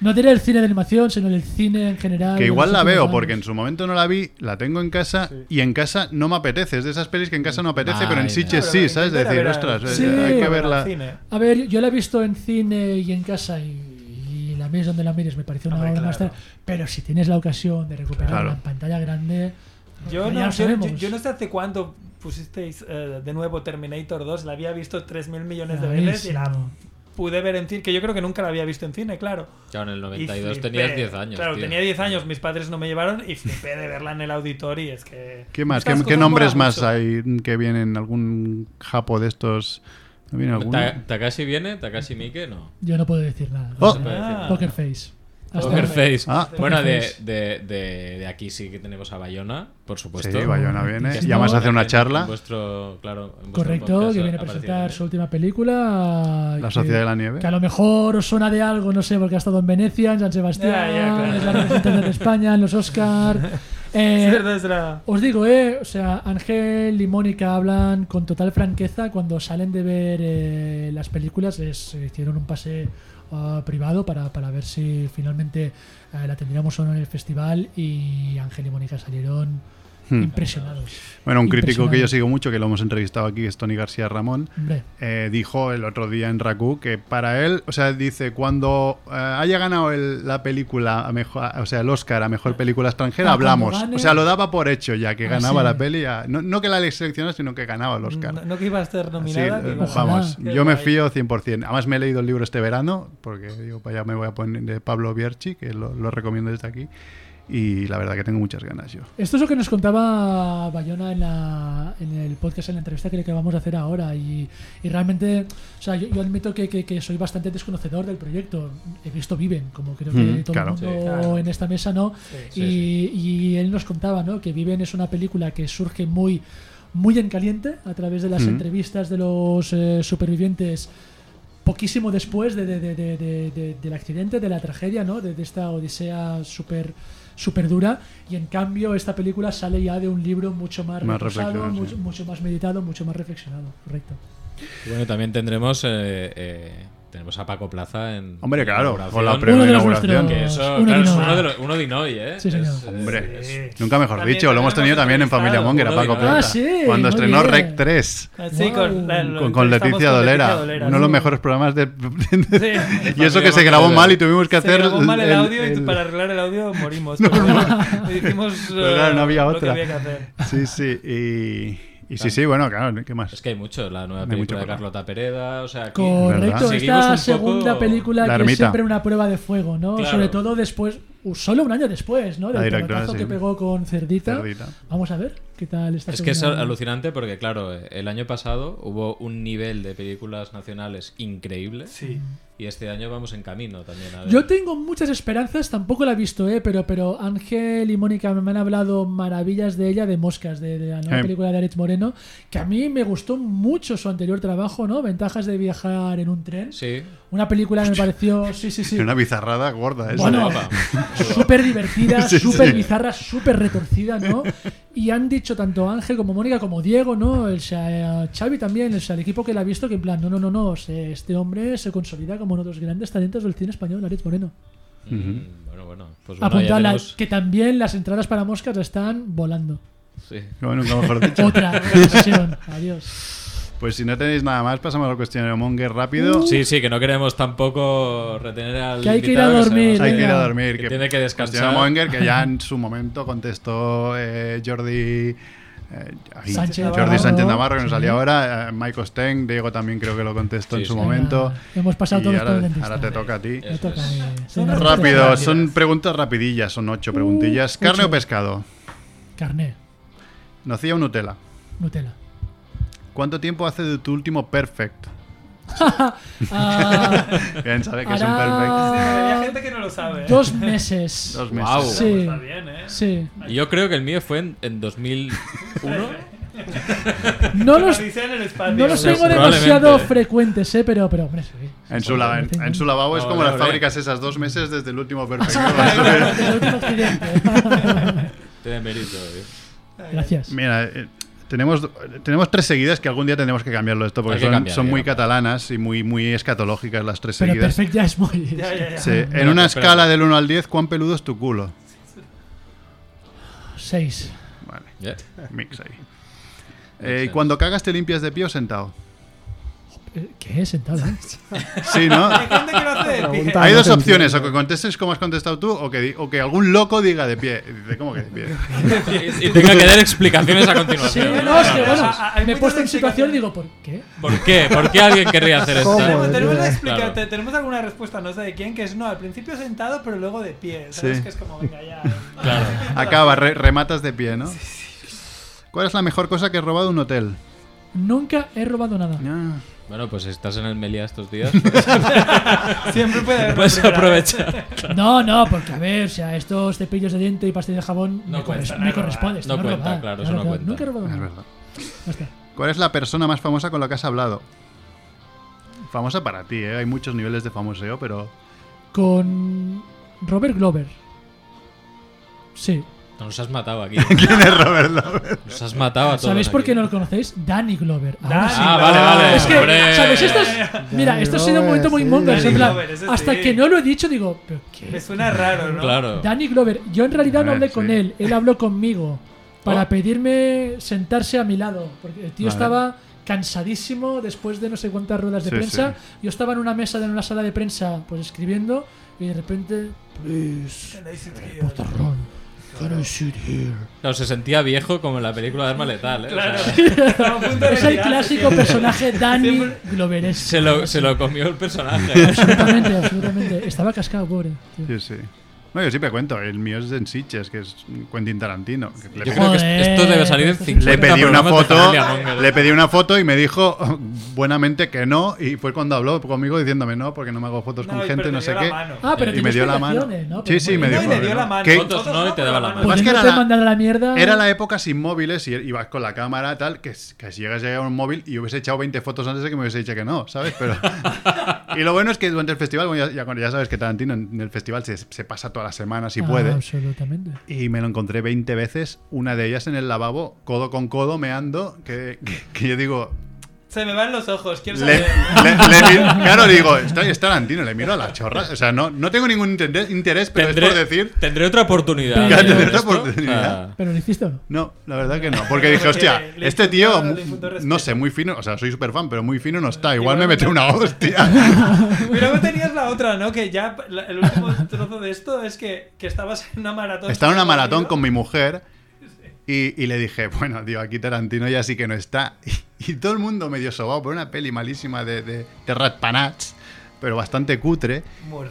No diré el cine de animación, sino del cine en general.
Que
de
igual
los
la
últimos
veo
años.
porque en su momento no la vi, la tengo en casa y en casa no me apetece. Es de esas pelis que en casa no apetece, pero en
Ay,
Sitges
no.
sí, ¿sabes?
Pero
Decir,
verá-
ostras, eh,
Sí.
hay que
Verla
verla.
al cine.
A ver, yo la he visto en cine y en casa y, y la la mires donde la mires, me pareció una
Hombre,
obra
claro.
maestra. Pero si tienes la ocasión de recuperarla
Claro.
en pantalla grande,
Yo no,
ya lo
yo, yo-
sabemos.
yo no sé hace cuánto pusisteis eh, de nuevo Terminator 2. La había visto 3.000 millones de
Claro,
veces y
sí,
la
no.
pude ver en cine, que yo creo que nunca la había visto en cine, claro.
Claro, en el
Y
92
flipé.
eh,
tenías 10 años.
Claro,
tío.
tenía 10 años, mis padres no me llevaron y flipé de verla en el auditorio. y Es que.
¿Qué más?
Estas
¿Qué, qué
cosas
nombres
molan
más
mucho.
hay que vienen? ¿Algún japo de estos? ¿No viene alguno?
Ta- Takashi viene, Takashi Mike no.
yo no puedo decir nada.
Oh.
Se puede decir nada.
Poker Face. Ah, Hasta
Poker
ahora.
Face.
Ah.
Bueno,
Poker
de,
Face.
de, de, de aquí sí que tenemos a Bayona, por supuesto.
Sí, Bayona
Que
viene.
estuvo-
Y vamos a hacer una
En
charla.
vuestro, claro, en vuestro
Pues
Correcto,
podcast
que viene a
ha aparecido
presentar
también.
su última película.
La
que-
Sociedad de la Nieve.
Que a lo mejor os suena de algo, no sé, porque ha estado en Venecia, en San Sebastián,
Ya, ya, claro.
es la representante de España, en
(laughs)
los Oscar.
(laughs) Es
Eh,
verdad, es verdad.
os digo, eh, o sea, Ángel y Mónica hablan con total franqueza cuando salen de ver eh, las películas, les eh, hicieron un pase ah, privado para, para ver si finalmente eh, la tendríamos o no en el festival y Ángel y Mónica salieron
Hmm.
impresionados.
Bueno, un crítico que yo
Impresionante.
sigo mucho, que lo hemos entrevistado aquí, es Tony García Ramón.
Hombre,
eh, dijo el otro día en Raku que para él, o sea, dice, cuando eh, haya ganado el- la película, a mejor, o sea, el Oscar a mejor película extranjera,
Ah,
hablamos.
cuando gane-
O sea, lo daba por hecho ya, que
Ah,
ganaba
sí.
la peli, a- no, no que la seleccionara, sino que ganaba el Oscar.
No, no que iba a estar
Sí,
nominada. que
eh,
iba a ganar.
vamos,
Qué
yo me
guay.
fío 100%. Además me he leído el libro este verano, porque digo, para allá me voy a poner de Pablo Bierchi, que lo, lo recomiendo desde aquí, y la verdad que tengo muchas ganas yo.
Esto es lo que nos contaba Bayona en, la- en el podcast, en la entrevista que le acabamos de hacer ahora. Y, y realmente, o sea, yo, yo admito que, que- que soy bastante desconocedor del proyecto. He visto Viven, como creo que
Mm,
todo
claro.
el mundo
Sí,
claro.
en esta mesa, ¿no?
sí,
y, y él nos contaba, ¿no? Que Viven es una película que surge muy, muy en caliente a través de las
Mm.
entrevistas de los eh, supervivientes poquísimo después de, de- de- de- de- de- del accidente, de la tragedia, ¿no? De, de esta odisea súper super dura. Y en cambio, esta película sale ya de un libro mucho más,
Más
reposado,
reflexionado,
mucho,
sí.
mucho más meditado, mucho más reflexionado. Correcto.
Y Bueno, también tendremos, eh, eh, tenemos a Paco Plaza en.
Hombre, claro,
inauguración,
con la
Uno de los
pre-inauguración.
Que
nuestros.
eso,
Uno
claro,
de
es
Noy.
uno de, los- uno de Inoy, ¿eh?
Sí, señor.
Es- es-
Hombre.
es-
Sí.
Nunca mejor
También-
dicho, lo hemos tenido
también
también en Familia
entrevistado.
Monger, a
Uno de
Paco
cada.
Plaza,
Ah, sí,
cuando
muy
estrenó
bien.
Rec 3.
Ah, Sí,
Wow.
con, la- lo
Con, con
entrevistamos
Leticia
con
Dolera, uno de los
sí.
mejores programas de... (laughs)
Sí.
y eso que
Familia
se grabó
Monger.
mal y tuvimos que
Se
hacer...
grabó mal el,
el-
audio y
el-
para arreglar el audio
(laughs)
morimos. pero (laughs) bueno, hicimos
Pero claro, no
eh,
había
lo que
otra.
había que hacer.
Sí, sí, y, y sí, sí, bueno, claro, ¿qué más?
Es que hay mucho, la nueva
Hay mucho
película de
por ver.
Carlota Pereda, o sea, aquí-
Correcto,
¿Verdad?
esta
Seguimos un poco-
segunda película
La
que
ermita.
es siempre una prueba de fuego, ¿no?
Claro.
Sobre todo después, u- solo un año después, ¿no?
La
Del
directora,
pelotazo
sí.
que pegó con Cerdita.
Cerdita.
Vamos a ver qué tal esta
Es que es
segunda-
alucinante porque, claro, eh, el año pasado hubo un nivel de películas nacionales increíble
Sí.
y este año vamos en camino también. a ver.
Yo tengo muchas esperanzas, tampoco la he visto, ¿eh? pero, pero Ángel y Mónica me han hablado maravillas de ella, de Moscas, de, de la nueva
Eh.
película de Alex Moreno, que a mí me gustó mucho su anterior trabajo, ¿no? Ventajas de viajar en un tren.
Sí.
Una película que me pareció. Sí, sí, sí.
Una bizarrada gorda esa.
Bueno,
guapa.
(laughs)
súper divertida,
Sí,
súper
sí.
bizarra, súper retorcida, ¿no? Y han dicho tanto Ángel como Mónica como Diego, ¿no? O sea, eh, Xavi también, o sea, el equipo que la ha visto, que en plan, no, no, no, no, o sea, este hombre se consolida como uno de los grandes talentos del cine español, Aritz Moreno.
Mm, Bueno, bueno. Pues bueno, ya
Apuntar la-
tenemos...
que también las entradas para moscas están volando.
Sí.
Bueno, nunca mejor dicho.
Otra sesión.
(laughs)
Adiós.
Pues si no tenéis nada más, pasamos al cuestionario Monger rápido.
Sí, sí, que no queremos tampoco retener al.
Que hay que ir
invitado,
a
se nos
dormir,
va
Hay que ir a
Venga.
dormir.
Que tiene que descansar.
cuestionario Monger, que ya
(laughs)
en su momento contestó eh, Jordi. eh, ay,
Sánchez
Jordi
Navarro.
Sánchez Navarro, que nos
Sí.
salía ahora. eh, Michael Steng, Diego también creo que lo contestó
Sí,
en su
sí.
momento.
Venga, hemos pasado
Y
todos por
ahora,
el dentista.
ahora te toca a ti.
Me toca a mí.
Son
Venga,
Rápido,
Gracias.
son preguntas rapidillas, son ocho preguntillas. ¿Carne o
Mm, ocho.
pescado?
Carné,
¿Nocilla o Nutella? (laughs)
Nutella.
¿Cuánto tiempo hace de tu último perfect?
Ah,
Bien, sabe que es un
hará
perfect.
Había gente que no lo sabe. ¿eh?
Dos meses.
(laughs) Dos meses.
Guau.
Sí.
Está bien, ¿eh?
Sí.
Yo creo que el mío fue en,
(laughs)
en 2001.
No los,
Dice en el espacio.
no los
Sí,
tengo
probablemente,
demasiado
¿eh?
frecuentes, eh, pero, pero hombre, sí.
En su, lava- en, en su
(laughs)
lavabo es
No,
como
no,
las
no.
fábricas esas dos meses desde el último perfect.
El último
(laughs)
accidente.
Tiene mérito, eh.
Gracias.
Mira, eh, tenemos, tenemos tres seguidas que algún día tendremos que cambiarlo esto porque
Hay que
son,
cambiar,
son
hay que
muy
cambiar.
catalanas y muy, muy escatológicas las tres
Pero
seguidas.
perfecto ya es muy.
Ya, ya, ya.
Sí, En
Espérate,
una
espérate.
escala del 1 al 10, ¿cuán peludo es tu culo?
Seis.
Vale, (laughs)
Ya.
mix ahí.
Mix
Eh,
ahí.
¿Cuando cagas te limpias de pie o sentado?
eh,
(laughs)
¿Qué? ¿Sentada?
Sí,
(laughs)
¿no?
Hay gente que lo hace de pie.
Pregunta.
Hay
no
dos
te
opciones, o
entiendo.
que contestes como has contestado tú, o que, di- o que algún loco diga de pie. Y Dice, ¿cómo que de pie?
(laughs)
Y, y tenga que dar explicaciones a
Sí,
continuación.
no, es que bueno,
Ah, hay
me he
muchas
puesto en
explicaciones.
situación y digo, ¿por qué?
¿Por qué? ¿Por qué alguien querría hacer esto?
¿Cómo?
Tenemos, tenemos
Claro.
la explica- te- tenemos alguna respuesta, no sé de quién, que es no, al principio sentado, pero luego de pie. ¿Sabes?
Sí.
Que es como, venga, ya.
Claro.
Acaba, re- rematas de pie, ¿no? ¿Cuál es la mejor cosa que has robado de un hotel?
Nunca he robado nada.
Ah,
Bueno, pues si estás en el Melia estos días,
Siempre puede haber. una
puedes
primera vez.
aprovechar.
(laughs) No, no, porque a ver, o sea, estos cepillos de diente y pastillas de jabón
No
me,
cuenta, no
corres- me
es robado.
corresponde. esto
No
es
cuenta,
robado.
claro, eso no cuenta.
Nunca he robado
es
nada.
verdad.
Ya está.
¿Cuál es la persona más famosa con la que has hablado? Famosa para ti, ¿eh? Hay muchos niveles de famoseo, pero... (laughs)
Con Robert Glover. Sí.
Nos has matado aquí.
¿Quién es Robert Lover?
Nos has matado a todos.
¿Sabéis por
aquí.
qué no lo conocéis? Danny Glover. Ahora
Danny
sí.
Ah, vale, vale.
Es que,
hombre.
¿sabéis? Esto es- mira,
Danny
esto ha sido un
Glover,
momento muy
sí.
mongo.
Danny
en plan,
Glover, ese
Hasta
sí.
que no lo he dicho, digo, ¿pero qué?
Me suena raro, ¿no?
Claro.
Danny Glover, yo en realidad no
Hombre,
hablé con
sí.
él, él habló conmigo para
Oh.
pedirme sentarse a mi lado, porque el tío
Vale.
estaba cansadísimo después de no sé cuántas ruedas de
Sí,
prensa. Yo estaba en una mesa de una sala de prensa, pues escribiendo, y de repente, please, Ron, can I sit here?"
Claro, se sentía viejo como en la película de Arma Letal, ¿eh? O sea,
Claro. Estaba a punto de
es el
retirarse,
clásico
tío.
personaje Danny
Siempre-
Glover. es-
se, lo, se lo comió el
(laughs)
personaje.
Absolutamente, absolutamente. Estaba cascado, pobre. tío.
Sí, sí. No, yo siempre cuento, el mío es en Sitches, que es Quentin Tarantino. que le
Yo
pedí-
creo que esto debe salir en
Joder.
50
Le pedí una
programas de
foto,
Familia Monger.
le pedí una foto y me dijo (laughs) buenamente que no y fue cuando habló conmigo diciéndome no porque no me hago fotos
No,
con
y
gente, no
perdió
sé
la
qué.
mano.
Ah, pero
Y
tiene
me dio la mano.
explicaciones, ¿no?
Sí,
Pero
sí,
bueno.
me
No,
dijo,
y le dio
¿no?
la mano.
Que-
Fotos
Fotos no, y te
pero
daba la mano.
Pues
Pues
que
no
era
te
la-
mandan a la mierda.
Era la época sin móviles y ibas con la cámara tal que, si- que si llegas llegaba un móvil y hubiese echado 20 fotos antes de que me hubiese dicho que no, ¿sabes? Pero y lo bueno es que durante el festival, bueno, ya, ya- bueno, ya sabes que Tarantino en, en el festival se, se pasa todas las semanas si
Ah,
puede.
Absolutamente.
Y me lo encontré 20 veces, una de ellas en el lavabo, codo con codo, meando, que, que- que yo digo,
Se me van los ojos, quiero
Le,
saber.
(laughs) le- le mi- claro, digo, está, está Tarantino, le miro a la chorra. O sea, no, no tengo ningún inte- interés, pero
Tendré,
es por decir.
tendré otra oportunidad.
Claro,
¿no?
tendré
otra
Esto, o sea,
oportunidad.
¿Pero lo hiciste o no?
No, la verdad que no. Porque dije, hostia,
(laughs) Le
este
infundió-
tío,
le infundió respeto.
no sé, muy fino. O sea, soy súper fan, pero muy fino no está. Igual me
Igual
mete
no.
una hostia.
(laughs) Y luego tenías la otra, ¿no? Que ya la- el último trozo de esto es que, que estabas en una maratón.
Estaba en una maratón con
conmigo.
mi mujer. Y, y le dije, bueno, digo, aquí Tarantino ya sí que no está. (laughs) Y, y todo el mundo medio sobado por una peli malísima de, de, de Rat Panats, pero bastante cutre.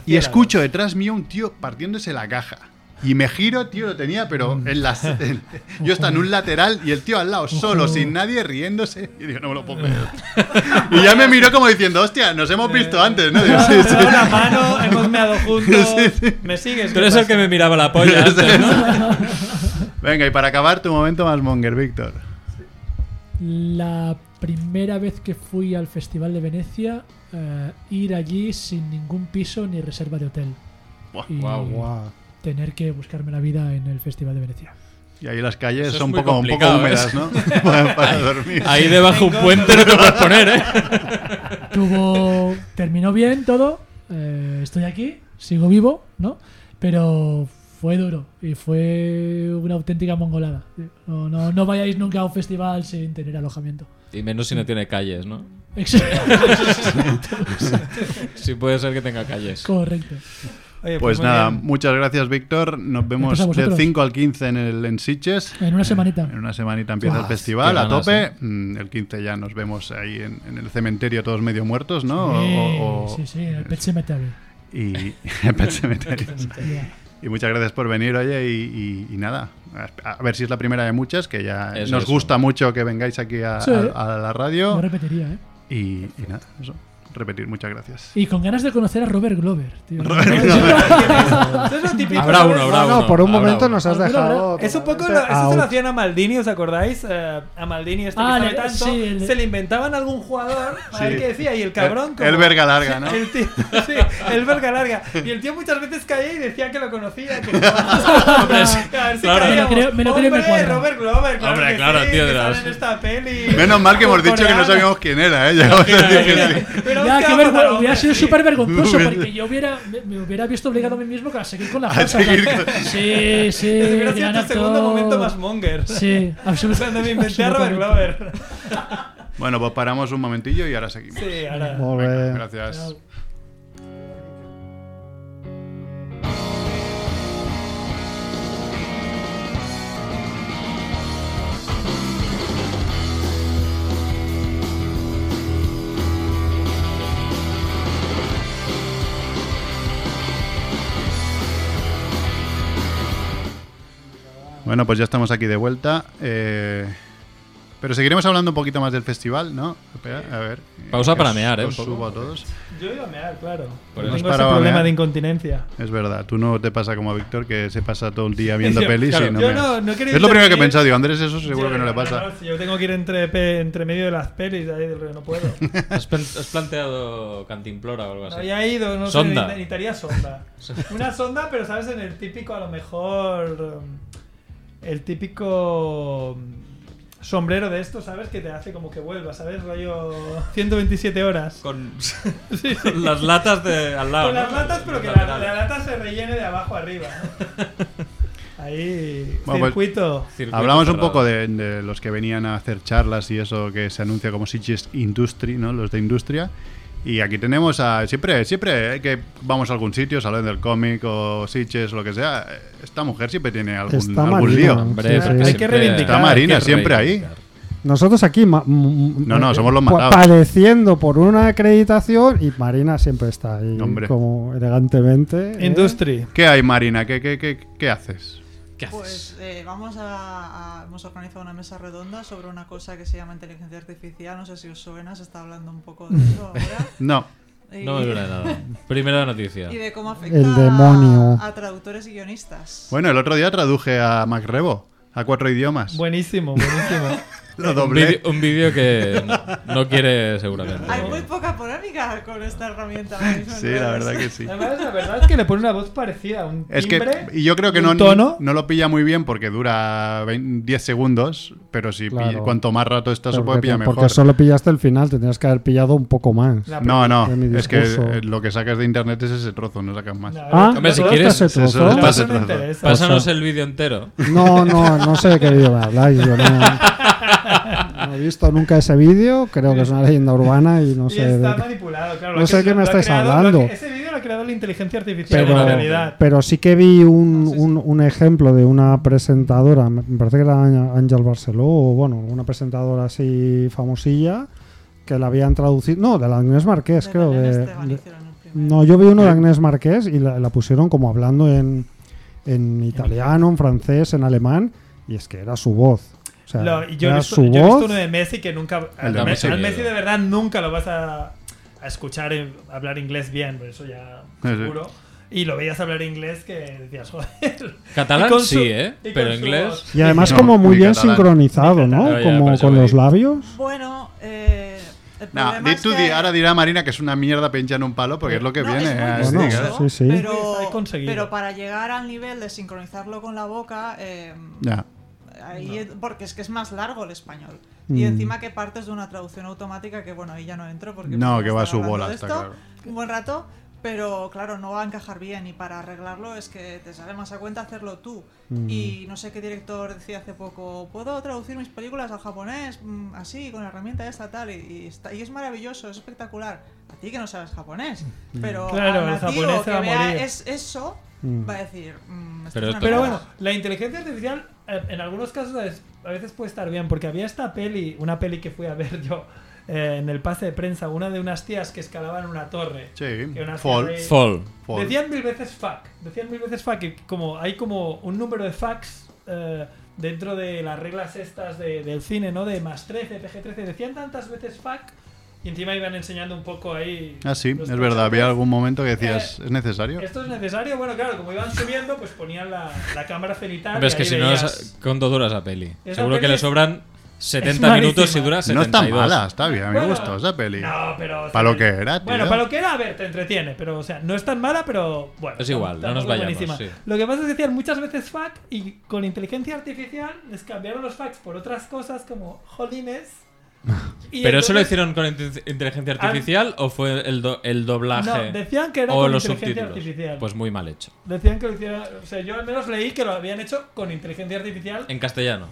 Y escucho detrás mío un tío partiéndose la caja. Y me giro, tío, lo tenía, pero
Mm.
en
(laughs)
las. en- yo estaba en un lateral y el tío al lado, solo, sin nadie, riéndose. Y digo, no me lo puedo creer. Y ya me miró como diciendo, hostia, nos hemos visto antes, ¿no?
(laughs)
Digo, sí,
Me
sí.
daba
(laughs)
la mano, hemos meado juntos. Me sigues.
Tú
¿Qué
eres el
pasa?
que me miraba
(laughs)
la polla antes, ¿no?
Venga, y para acabar, tu momento más monger, Víctor.
La primera vez que fui al Festival de Venecia, eh, ir allí sin ningún piso ni reserva de hotel.
Buah,
y
(laughs)
Guau.
tener que buscarme la vida en el Festival de Venecia.
Y ahí las calles
Eso es
son un
muy
poco, un poco
complicado,
húmedas,
¿eh?
¿no?
(laughs)
Para, para dormir.
Ahí debajo un
Tengo-
puente no te puedes poner, ¿eh?
Tuvo, terminó bien todo, eh, estoy aquí, sigo vivo, ¿no? Pero fue duro y fue una auténtica mongolada. No, no, no vayáis nunca a un festival sin tener alojamiento. (laughs)
Y menos si no tiene calles, ¿no?
Exacto.
Sí puede ser que tenga calles.
Correcto.
Oye,
Pues
muy
nada, (laughs)
bien.
muchas gracias, Víctor. Nos
Gracias a
vemos del
vosotros.
5 al 15 en el en Sitges.
En una semanita.
En una semanita empieza el
Guau,
festival
qué
a
ganas,
tope.
eh.
Mm, El 15 ya nos vemos ahí en, en el cementerio todos medio muertos, ¿no? O-
Eh,
o- o-
sí, sí, el Pet Sematary.
Y, (laughs) el cementerio.
Ya.
y muchas gracias por venir, oye, y, y- y nada. A a ver si es la primera de muchas, que ya
Eso,
nos
eso.
gusta mucho que vengáis aquí a,
Sí.
a- a la radio.
No repetiría, ¿eh?
Y, y nada, eso. Repetir, muchas gracias. (laughs)
Y con ganas de conocer a Robert Glover, tío.
Eso es lo típico.
Habrá
¿sabes?
uno, habrá
No,
uno.
no, por un
habrá
momento
uno.
nos has
Alguna
dejado.
Es un poco lo,
totalmente
eso se lo
out.
hacían a Maldini, ¿os acordáis? Eh, a Maldini, este
Ah,
que sabe
le-
tanto,
sí, el-
se le inventaban a algún jugador, a ver
Sí.
qué decía, y el cabrón.
El- el verga larga, ¿no?
El tío, (laughs) sí, el verga larga. Y el tío muchas veces caía y decía que lo conocía.
(laughs)
Que (laughs) a ver si
claro.
caíamos.
Me lo creo- me lo creo y me
Hombre,
cuadra.
Robert Glover, claro
Hombre,
que
claro,
sí,
tío,
que
de
sale
las-
en esta peli.
Menos mal que hemos dicho que no
Coreana.
sabíamos quién era, ¿eh? Ya hemos dicho que sí.
Pero
Ya,
es
qué
que
vergüenza,
vamos a-
hubiera sido súper vergonzoso
Muy bien.
porque yo hubiera, me, me hubiera visto obligado a mí mismo a seguir con la
A
farsa, en plan,
seguir con-
Sí, sí.
Ese (laughs) hubiera sido
eh, gran
tu segundo
actor.
(laughs) momento más monger.
Sí, absolutamente.
Cuando me inventé a Robert Glover.
Bueno, pues paramos un momentillo y ahora seguimos.
Sí, ahora.
Molt
Venga,
bé.
gracias. Bueno, pues ya estamos aquí de vuelta. eh, pero seguiremos hablando un poquito más del festival, ¿no? Espera, A ver.
Pausa
que
para
os-
mear, ¿eh?
os
Un poco.
subo a todos.
Yo iba a mear, claro.
Por eso.
Tengo ese
Has parado a
problema
mear.
de incontinencia.
Es verdad, tú no te pasa como a Víctor que se pasa todo el día viendo
Yo-
pelis
(laughs) claro,
y no
yo
me-
no- no quiero
Es lo primero que he
intervenir.
pensado, digo, Andrés, eso seguro
Yo-
que no le pasa.
no, si yo tengo que ir entre, pe- entre medio de las pelis, ahí del rollo, no puedo.
¿Has, plan- has planteado Cantimplora o algo
No
así?
había ido, no
Sonda.
sé,
(laughs)
necesitaría sonda. Una sonda, pero sabes, en el típico, a lo mejor. um, El típico. um, Sombrero de esto, ¿sabes? Que te hace como que vuelva, ¿sabes? Rollo 127 horas. (laughs)
Con, (laughs) con las latas de, al lado.
Con las
¿no?
latas, pero
Los
que la,
laterales.
la lata se rellene de abajo arriba.
(laughs)
¿no? Ahí,
Bueno, pues-
circuito.
Circuito
Hablamos un
cerrado.
poco de, de los que venían a hacer charlas y eso que se anuncia como Sitges Industry, ¿no? Los de industria. Y aquí tenemos a. Siempre, siempre eh, que vamos a algún sitio, salón del cómic o Sitges, lo que sea, eh, esta mujer siempre tiene algún,
Está
algún
marina.
lío.
Hombre, Sí, hay que
siempre-
reivindicar.
Está Marina,
hay que
siempre ahí.
reivindicar.
Nosotros aquí ma- m-
No, no,
eh,
somos los
pa-
matados.
Padeciendo por una acreditación y Marina siempre está ahí
Hombre.
como elegantemente. ¿eh?
Industry.
¿Qué hay, Marina? ¿Qué, qué, qué, qué haces?
¿Qué haces?
Pues eh, vamos a, a- Hemos organizado una mesa redonda sobre una cosa que se llama inteligencia artificial. No sé si os suena, se está hablando un poco
(laughs)
de eso ahora.
No.
Y,
No me suena de nada. Primera noticia.
y de cómo afecta
El demonio.
A, a traductores y guionistas.
Bueno, el otro día traduje a Macrebo a cuatro idiomas.
Buenísimo, buenísimo.
eh,
lo
Un
doblé.
vídeo- Un vídeo que no, no quiere seguramente.
Hay muy poca polémica con esta herramienta. ahora mismo en
eh, Sí, la
redes.
verdad que sí.
Además, la verdad es que le pone una voz parecida, un timbre.
Es que, y yo creo que
un
no,
tono.
no lo pilla muy bien porque dura 20 10 segundos, pero si
Claro.
pilla- cuanto más rato estás, se
Porque,
puede pillar
te-
mejor.
porque solo pillaste el final, tendrías que haber pillado un poco más.
La-
No, no,
de mi
es que
discurso.
eh, lo que sacas de internet es ese trozo, no sacas más.
No,
Ah,
Hombre, si
no,
quieres,
¿Este
eso
trozo?
está-
no, eso
Pásatelo.
no interesa.
Pásanos el vídeo entero.
No, no, no sé de qué vídeo me habláis. Yo no, no he visto nunca ese vídeo. Creo que es una leyenda urbana y no
Y
sé. de
está
qué-
manipulado, claro.
no
lo que-
sé qué me
lo ha
estáis
creado- lo
hablando.
que- ese vídeo lo ha creado la inteligencia artificial
Pero,
en realidad.
pero sí que vi
Ah,
un, un- un ejemplo de una presentadora, me me parece que era Áñ- Ángel Barceló, o bueno, una presentadora así famosilla, que la habían traducido. No, de la Agnés Marqués,
De
creo.
Belén
de-
Esteban
de-
hicieron el primero.
no, yo vi uno de Agnés Marqués y la, la pusieron como hablando en, en italiano, en francés, en alemán, y es que era su voz. O sea,
Lo- y yo, he
era
visto,
su
yo he visto
voz.
uno de Messi que nunca.
El de
al,
Messi.
al Messi de verdad nunca lo vas a, a escuchar eh, hablar inglés bien, por eso ya
Sí, sí.
seguro. Y lo veías hablar inglés que decías, (laughs) joder. Y
Catalán
con su-
sí, ¿eh?
y con
Pero
su
inglés.
voz.
Y además
No,
como muy
muy
bien
catalán.
sincronizado, ¿no?
Muy catalán. Ya,
Como
ya,
con
pero
los
eso voy.
labios.
Bueno, eh, el
Nah,
problema
di
es
tú,
que-
di- ahora dirá Marina que es una mierda pinchar en un palo porque es lo que
No,
viene.
es muy
eh,
Bueno,
diga.
sí,
costoso,
sí.
Está ahí
Pero,
conseguido.
pero para llegar al nivel de sincronizarlo con la boca, eh,
Ya.
ahí es- porque es que es más largo el español. Y
Mm.
encima que partes de una traducción automática que, bueno, ahí ya no entro
No,
porque... podemos
que va a
estar
su
hablando
bola,
de
está
esto
claro.
Un buen rato, pero claro, no va a encajar bien y para arreglarlo es que te sale más a cuenta hacerlo tú.
Mm.
Y no sé qué director decía hace poco, puedo traducir mis películas al japonés Mm, así, con la herramienta esta tal, y, y está- y es maravilloso, es espectacular. A ti que no sabes japonés,
Mm.
pero
Claro,
a un
el
nativo
japonés se
que
va a
vea
morir.
es- eso
Mm.
va a decir... mm, esto
Pero
es una
esto-
Pero
mierda.
bueno, la inteligencia artificial eh, en algunos casos es- a veces puede estar bien, porque había esta peli, una peli que fui a ver (laughs) yo eh, en el pase de prensa, una de unas tías que escalaban una torre.
Sí.
Que una
Fall.
serie-
Fall.
Fall.
Decían mil veces fuck, decían mil veces fuck, y como hay como un número de fucks eh, dentro de las reglas estas de- del cine, ¿no? De más 13, PG-13, decían tantas veces fuck, y encima iban enseñando un poco ahí...
Ah, sí,
los
es verdad. Había
trozotes.
algún momento que decías, ¿es necesario?
¿Esto es necesario? Bueno, claro, como iban subiendo, pues ponían la, la cámara cenital.
Ves
Ah, y
que
ahí
si no,
veías-
es- ¿cuánto dura esa peli?
Esa
Seguro que
peli
le
es-
sobran 70
malísima.
minutos y dura 72.
No está mala, está bien. A mí me
Bueno,
gustó esa peli.
No, pero.
Pa' lo que era, tío.
Bueno, para lo que era, a ver, te entretiene. Pero, o sea, no es tan mala, pero bueno.
Es igual, no nos
tampoco es
vayamos, sí.
Lo que pasa es que decían muchas veces fuck y con inteligencia artificial les cambiaron los facts por otras cosas como
(laughs)
jolines. y
¿Pero eso lo
entonces-
hicieron con inte- inteligencia artificial o fue el, do- el doblaje?
Ah. No, decían que era
o
con
los
inteligencia
subtítulos.
artificial.
Pues muy mal hecho.
Decían que lo hicieron. O sea, yo al menos leí que lo habían hecho con inteligencia artificial.
En castellano.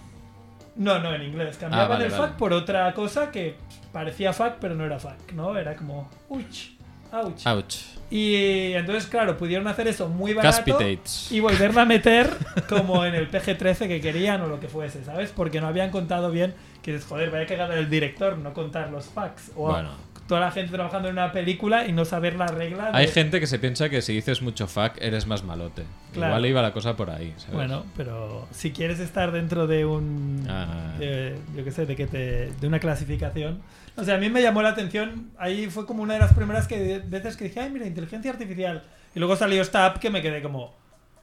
No, no, en inglés. Cambiaban
Ah, vale,
el
vale.
fuck por otra cosa que parecía fuck, pero no era fuck, ¿no? Era como, ouch, ouch.
Ouch.
Y eh, entonces, claro, pudieron hacer eso muy barato
Caspitates.
y volverla a meter como en el PG-13 que querían o lo que fuese, ¿sabes? Porque no habían contado bien que dices, joder, vaya que ganar el director, no contar los facts. O
Bueno.
toda la gente trabajando en una película y no saber la regla. de-
Hay gente que se piensa que si dices mucho fuck eres más malote.
Claro.
Igual iba la cosa por ahí, ¿sabes?
Bueno, pero si quieres estar dentro de un.
Ah.
de- yo qué sé, de, que te, de una clasificación. O sea, a mí me llamó la atención. Ahí fue como una de las primeras que, veces que dije, ay, mira, inteligencia artificial. Y luego salió esta app que me quedé como,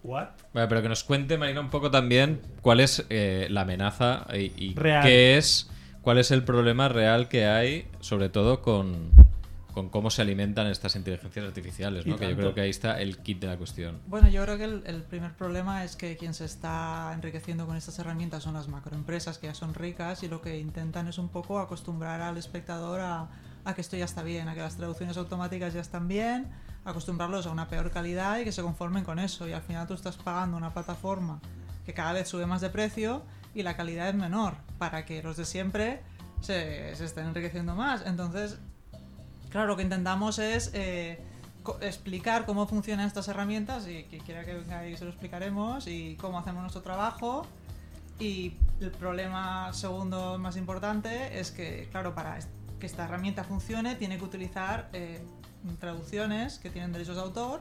¿what?
Vale, pero que nos cuente Marina un poco también cuál es eh, la amenaza y, y
Real.
qué es, cuál es el problema real que hay, sobre todo con, con cómo se alimentan estas inteligencias artificiales,
Y
¿no? Que yo
tanto.
creo que ahí está el kit de la cuestión.
Bueno, yo creo que el, el primer problema es que quien se está enriqueciendo con estas herramientas son las macroempresas, que ya son ricas y lo que intentan es un poco acostumbrar al espectador a, a que esto ya está bien, a que las traducciones automáticas ya están bien, acostumbrarlos a una peor calidad y que se conformen con eso. Y al final tú estás pagando una plataforma que cada vez sube más de precio y la calidad es menor, para que los de siempre se, se estén enriqueciendo más. Entonces, Claro, lo que intentamos es eh, co- explicar cómo funcionan estas herramientas y que quiera que venga ahí se lo explicaremos y cómo hacemos nuestro trabajo. Y el problema segundo más importante es que, claro, para est- que esta herramienta funcione tiene que utilizar eh, traducciones que tienen derechos de autor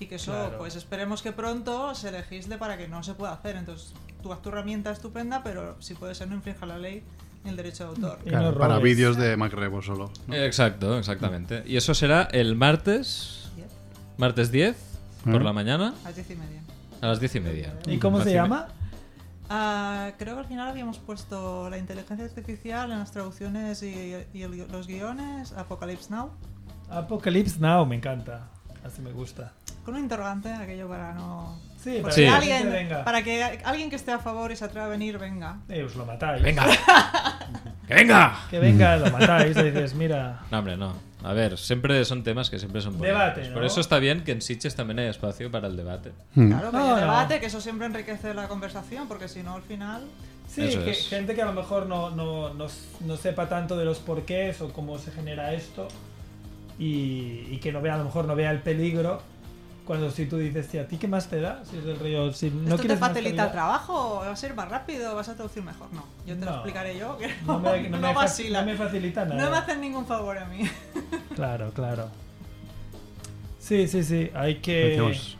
y que eso,
Claro.
pues esperemos que pronto se legisle para que no se pueda hacer. Entonces, tú haz tu herramienta estupenda, pero si puede ser no infrinja la ley ni el derecho de autor.
Y
Claro,
no
Para
robes.
vídeos de Macrebo solo. ¿no?
Exacto, exactamente. Y eso será el martes,
Yep.
martes 10, por
Ah.
la mañana,
A las diez y media.
a las 10 y media.
¿Y cómo se
Diez y me-
llama?
Ah, creo que al final habíamos puesto la inteligencia artificial en las traducciones y, y el- los guiones, Apocalypse Now,
Apocalypse Now, me encanta. Así me gusta.
con un interrogante, aquello para no...
Sí, para
Sí.
que
Que
la gente
alguien,
venga.
Para que alguien que esté a favor y se atreva a venir, venga.
Eh, os lo matáis.
¡Venga! ¡Que venga!
Que venga, lo matáis. Y dices, mira,
No, hombre, no. A ver, siempre son temas que siempre son
Debate,
polémicos.
¿no?
Por eso está bien que en Sitges también haya espacio para el debate.
Mm.
Claro, que
No,
haya
no.
debate, que eso siempre enriquece la conversación, porque si no, al final...
Sí,
Eso
que-
es.
gente que a lo mejor no, no, no, no sepa tanto de los porqués o cómo se genera esto y, y que no vea, a lo mejor no vea el peligro. Cuando si tú dices, tía, ¿a ti qué más te da? Si es del río, si no
¿Esto te
quieres más
facilita el
calidad,
trabajo? ¿Vas a ir más rápido? ¿Vas a traducir mejor? No, yo te
No.
lo explicaré yo, que
No
no, (laughs)
me, no
no
me fa-
vacila.
no me facilita nada.
No me hacen ningún favor
(laughs)
a mí.
Claro, claro. Sí, sí, sí, hay que...
Hacemos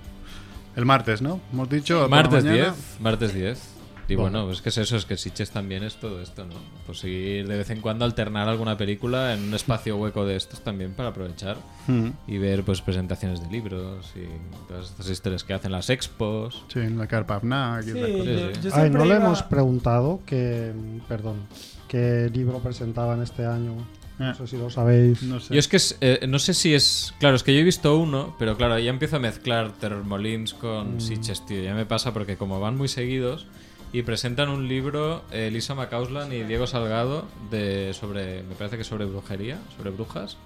El martes, ¿no? Hemos dicho. por la
Martes
mañana.
10, martes 10. Y
Bueno.
bueno, pues que es eso, es que Sitges también es todo esto, ¿no? Pues ir de vez en cuando alternar alguna película en un espacio hueco de estos también para aprovechar
Mm.
y ver pues presentaciones de libros y todas estas historias que hacen las expos.
Sí, en la carpa FNAC y
Sí,
esas
yo,
cosas.
sí.
yo
Ay,
siempre
no le
iba-
hemos preguntado que, perdón, qué libro presentaban este año.
Ah.
No sé si lo sabéis.
No
Yo
sé.
es que es- eh, no sé si es. Claro, es que yo he visto uno, pero claro, ya empiezo a mezclar Termolins con Sitges, tío. Ya me pasa porque como van muy seguidos y presentan un libro, eh, Lisa McCausland y Diego Salgado, de sobre. Me parece que sobre brujería, sobre brujas,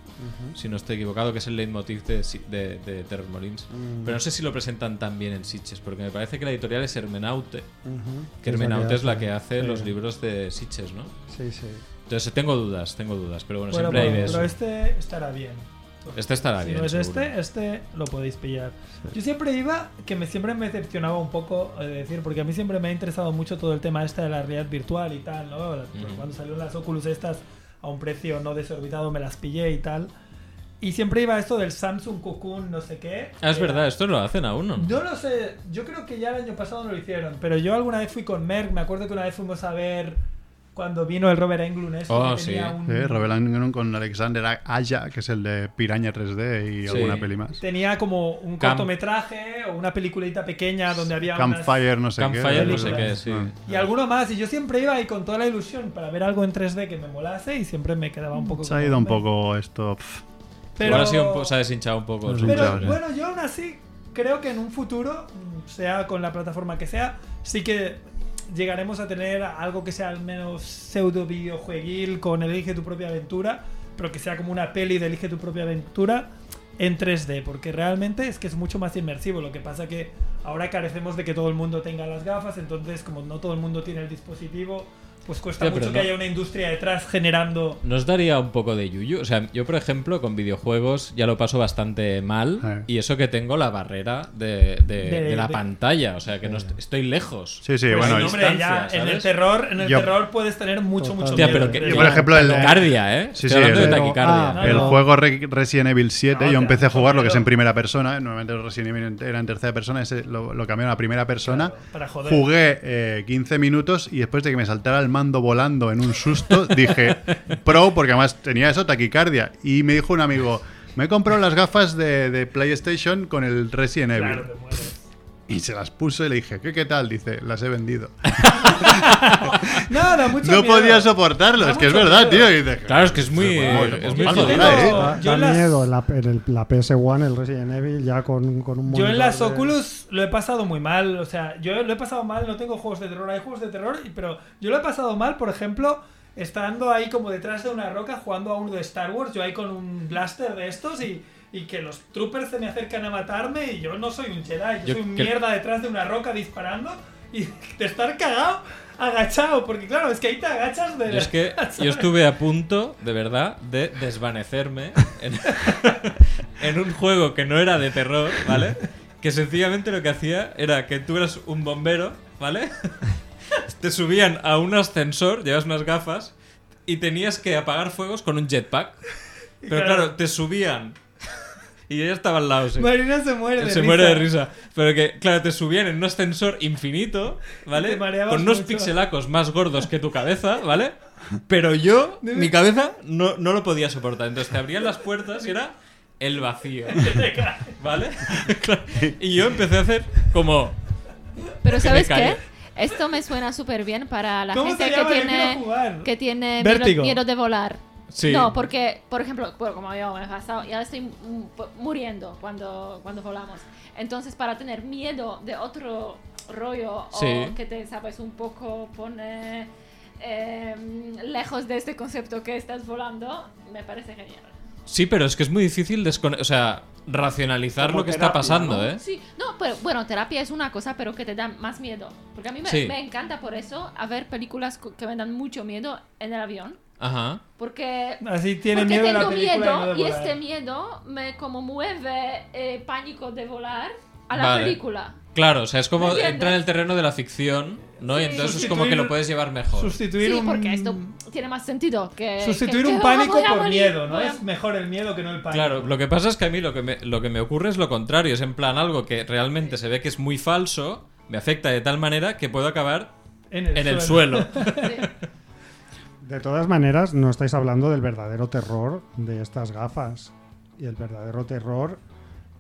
si no estoy equivocado, que es el leitmotiv de, Si- de, de Termolins. Pero no sé si lo presentan también en Sitges, porque me parece que la editorial es Hermenaute.
Ujú.
Que Hermenaute es la que hace
Sí.
los libros de Sitges, ¿no?
Sí, sí.
Entonces tengo dudas, tengo dudas, pero bueno,
Bueno,
siempre hay
pero,
de eso.
pero este estará bien.
Este estará
si
bien,
no es
seguro.
este, este lo podéis pillar. Yo siempre iba, que me siempre me decepcionaba un poco eh, decir, porque a mí siempre me ha interesado mucho todo el tema este de la realidad virtual y tal, ¿no? La- pues
Ujú.
Cuando salieron las Oculus estas a un precio no desorbitado me las pillé y tal. Y siempre iba esto del Samsung Cocoon, no sé qué.
Ah, es
Era-
verdad, esto lo hacen aún, ¿no?
no lo sé, yo creo que ya el año pasado no lo hicieron, pero yo alguna vez fui con Merck, me acuerdo que una vez fuimos a ver cuando vino el Robert Englund, este,
Oh,
que tenía
sí.
un-
Sí, revelan con Alexander Aya, que es el de Piraña 3D y
Sí.
alguna peli más.
tenía como un
Camp-
cortometraje o una peliculita pequeña donde había unas-
Campfire, no sé
Campfire,
qué.
no sé qué, sí.
Ah.
y alguno más y yo siempre iba ahí con toda la ilusión para ver algo en 3D que me molase y siempre me quedaba un poco
Se ha ido un poco esto. pf.
pero
Igual ha sido un po- se ha deshinchado un poco. el
Pero,
pero
Claro,
subconsciente.
bueno yo aún así creo que en un futuro mm, sea con la plataforma que sea sí que llegaremos a tener algo que sea al menos pseudo videojueguil con el elige tu propia aventura pero que sea como una peli de elige tu propia aventura en 3D, porque realmente es que es mucho más inmersivo. Lo que pasa que ahora carecemos de que todo el mundo tenga las gafas, entonces como no todo el mundo tiene el dispositivo, Pues cuesta
Ya, pero
mucho que
no-
haya una industria detrás generando.
¿Nos daría un poco de yuyu? O sea, yo, por ejemplo, con videojuegos ya lo paso bastante mal.
Ah.
Y eso que tengo la barrera de, de-
De-
de la
de-
pantalla. O sea, que no est- estoy lejos.
Sí, sí,
Pero
bueno,
hay
y-
no, hombre, ya
distancia,
en Pues
¿sabes?
el terror, en el
Yo-
terror puedes tener mucho, mucho
Hostia,
miedo.
pero que-
de-
yo,
por ejemplo, el-
Taquicardia, ¿eh?
Sí,
Estoy
sí,
hablando de
el-
taquicardia.
Ah,
El
no.
juego Re- Resident Evil 7,
No,
yo
te
empecé a
has
jugarlo, que es en
jodido.
primera persona. eh, Normalmente los Resident Evil era en tercera persona, ese lo, lo cambiaron a primera persona.
Claro, para joder.
Jugué eh, 15 minutos y después de que me saltara el mando volando en un susto, (laughs) dije pro, porque además tenía eso, taquicardia. Y me dijo un amigo. Me he comprado las gafas de, de PlayStation con el Resident Evil.
Claro, te mueres.
Y se las puso y le dije, ¿qué, qué tal? Dice, las he
(laughs)
vendido.
No, da mucho
no
miedo.
podía soportarlo, es que es
mucho
verdad,
miedo.
tío. Y dice,
Claro, es que es muy.
bueno,
es
pues,
muy
vale,
jodido.
vale, ¿eh?
Da,
Yo
da
en las-
miedo en la, en el- la PS1, el Resident Evil, ya con, con un
Yo en las
monitor de-
Oculus lo he pasado muy mal, o sea, yo lo he pasado mal, no tengo juegos de terror, hay juegos de terror, y- pero yo lo he pasado mal, por ejemplo, estando ahí como detrás de una roca jugando a uno de Star Wars, yo ahí con un blaster de estos y, y que los troopers se me acercan a matarme y yo no soy un Jedi, yo,
Yo
soy un
cre-
mierda detrás de una roca disparando y de estar cagado, agachado, porque claro, es que ahí te agachas de...
Yo es
(laughs)
que yo estuve a punto, de verdad, de desvanecerme en, (laughs) en un juego que no era de terror, ¿vale? Que sencillamente lo que hacía era que tú eras un bombero, ¿vale? (laughs) Te subían a un ascensor, llevas unas gafas y tenías que apagar fuegos con un jetpack. Pero
claro.
claro, te subían y yo ya estaba al lado. sí.
Marina se muere
Él
de
se
risa.
muere de risa. Pero que, claro, te subían en un ascensor infinito,
Y
¿vale?
te mareabas
Con unos
mucho.
pixelacos más gordos que tu cabeza, ¿vale? Pero yo, mi cabeza, no, no lo podía soportar. Entonces te abrían las puertas y era el vacío,
(laughs)
¿vale? (laughs) Claro. y yo empecé a hacer como...
Pero
Que me
¿sabes qué?
calle.
Esto me suena súper bien para la
¿Cómo
gente
se
que
llama? Yo
tiene,
quiero jugar.
que tiene
Vértigo.
miedo, miedo de volar.
Sí.
No, porque, por ejemplo, bueno, como yo me he pasado, ya estoy mm, pu- muriendo cuando, cuando volamos. Entonces, para tener miedo de otro rollo
Sí.
o que te, sabes, un poco pone eh, lejos de este concepto que estás volando, me parece genial.
Sí, pero es que es muy difícil descone- o sea, racionalizar
Como
lo que está
terapia,
pasando,
¿no?
¿eh?
Sí, no, pero bueno, terapia es una cosa, pero que te da más miedo. Porque a mí me,
Sí.
me encanta por eso a ver películas co- que me dan mucho miedo en el avión.
Ajá.
Porque,
Así tiene
porque
miedo la
tengo
película y no
miedo
de
y,
volar.
este miedo me como mueve eh, pánico de volar a la
Vale.
película.
Claro, o sea, es
¿Me
como
entiendes?
entra en el terreno de la ficción, ¿no? Y
Sí.
entonces es como que lo puedes llevar mejor.
Sustituir
Sí,
un...
porque esto tiene más sentido que...
Sustituir
Eh, que-
un
(laughs) que,
pánico
"Voy a
por
morir,
miedo, ¿no?
voy a-".
Es mejor el miedo que no el pánico.
Claro, lo que pasa es que a mí lo que me, lo que me ocurre es lo contrario, es en plan algo que realmente se ve que es muy falso, me afecta de tal manera que puedo acabar
En
en el suelo.
De todas maneras, no estáis hablando del verdadero terror de estas gafas. Y el verdadero terror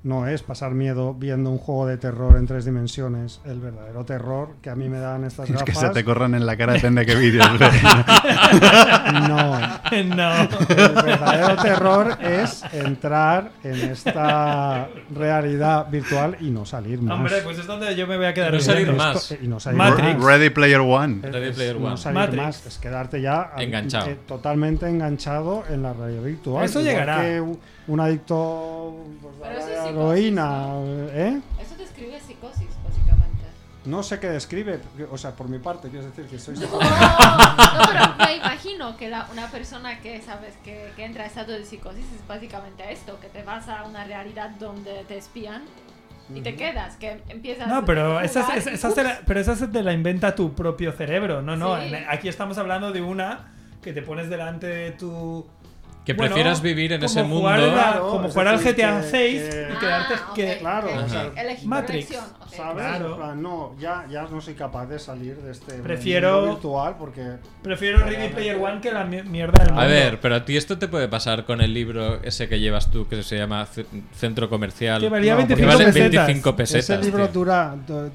no es pasar miedo viendo un juego de terror en tres dimensiones. El verdadero terror que a mí me dan estas
(laughs) Es
gafas.
que se te corran en la cara, depende de qué vídeos ¿eh? veas.
no.
(laughs) no.
(laughs) El verdadero terror es entrar en esta realidad virtual y no salir más.
Hombre, pues es donde yo me voy a quedar.
No
hoy.
salir
Esto-
más.
y no salir
Matrix.
más.
Ready Player One.
Es-
Ready
es
Player One.
No salir
Matrix.
más, es quedarte ya a-
Enganchado.
eh, totalmente enganchado en la realidad virtual.
Eso
Igual
llegará.
que un- un adicto pues,
Pero
a
eso
la
es
heroína, ¿eh?
Eso describe psicosis, básicamente.
No sé qué describe, porque- o sea, por mi parte, quiero decir que
(laughs)
soy.
No, Oh, no, pero me imagino que la- una persona que sabes que, que entra a estado de psicosis es básicamente esto, que te vas a una realidad donde te espían y te quedas, que empiezas
No, pero
a
esa,
jugar
es-
y,
esa
ups,
se la- pero esa se te la inventa tu propio cerebro. No, no.
Sí.
en- Aquí estamos hablando de una que te pones delante de tu.
Que
Bueno,
prefieras vivir en
como
ese mundo.
jugar a la-
Claro,
como
es
jugar al
decir,
GTA
que-
6
que-
y quedarte.
Ah,
que-
ok.
Claro,
Ok,
o sea,
ok, elegí
Matrix,
conexión, ok.
¿Sabes?
Claro.
En plan, no, ya, ya no soy capaz de salir de este
Prefiero-
mundo virtual porque
Prefiero Ready Player One que la mi- mierda del mundo.
A ver, pero a ti esto te puede pasar con el libro ese que llevas tú que se llama C- Centro Comercial.
Que valía
No, porque
25
vale
pesetas.
25 pesetas.
Ese libro
tío.
dura, do- do-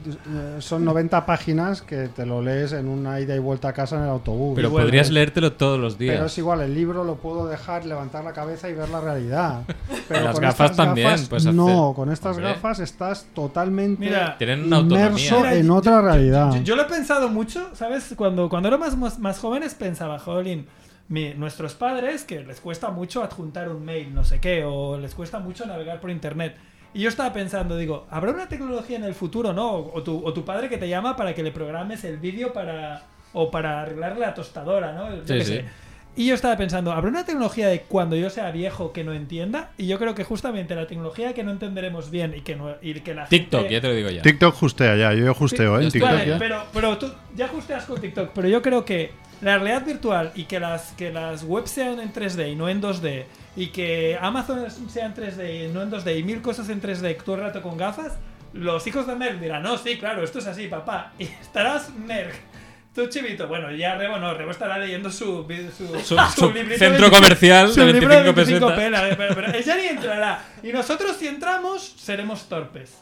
eh, son 90 páginas que te lo lees en una ida y vuelta a casa en el autobús.
Pero
bueno, eh,
podrías leértelo todos los días.
Pero es igual, el libro lo puedo dejar, levantar la cabeza y ver
(laughs)
la realidad. Pero
Las
con
gafas
estas
también, pues, hacer-
no, con estas
Hombre.
gafas estás totalmente
Mira,
Tienen una
inmerso
autonomía.
Mira,
en
yo-
otra realidad.
Yo, yo lo he pensado mucho, ¿sabes? Cuando, cuando era más, más, más jóvenes pensaba, jolín, mi- nuestros padres que les cuesta mucho adjuntar un mail, no sé qué, o les cuesta mucho navegar por internet. Y yo estaba pensando, digo, ¿habrá una tecnología en el futuro, no? O, o tu, o tu padre que te llama para que le programes el vídeo para... o para arreglar la tostadora, ¿no? Yo
Sí,
qué
sí.
sé. Y yo estaba pensando, ¿habrá una tecnología de cuando yo sea viejo que no entienda? Y yo creo que justamente la tecnología que no entenderemos bien y que, no, y que la
TikTok,
gente-
ya te lo digo ya.
TikTok justea ya, yo justeo, ¿eh? En
Eh. Sí,
TikTok
vale,
ya.
pero, pero tú ya justeas con TikTok, pero yo creo que la realidad virtual y que las, que las webs sean en 3D y no en 2D, y que Amazon sea en 3D y no en 2D, y mil cosas en 3D todo el rato con gafas, los hijos de Merck dirán, no, sí, claro, esto es así, papá, (laughs) y estarás Merck. Tú, chivito, bueno, ya Rebo no, Rebo estará leyendo su, vi- su,
Su,
(laughs) su
su
librito
centro
25
comercial
su
de
libro de
25
25
pesetas.
pelas, eh, pero, pero ella ni entrará. Y nosotros, si entramos, seremos torpes.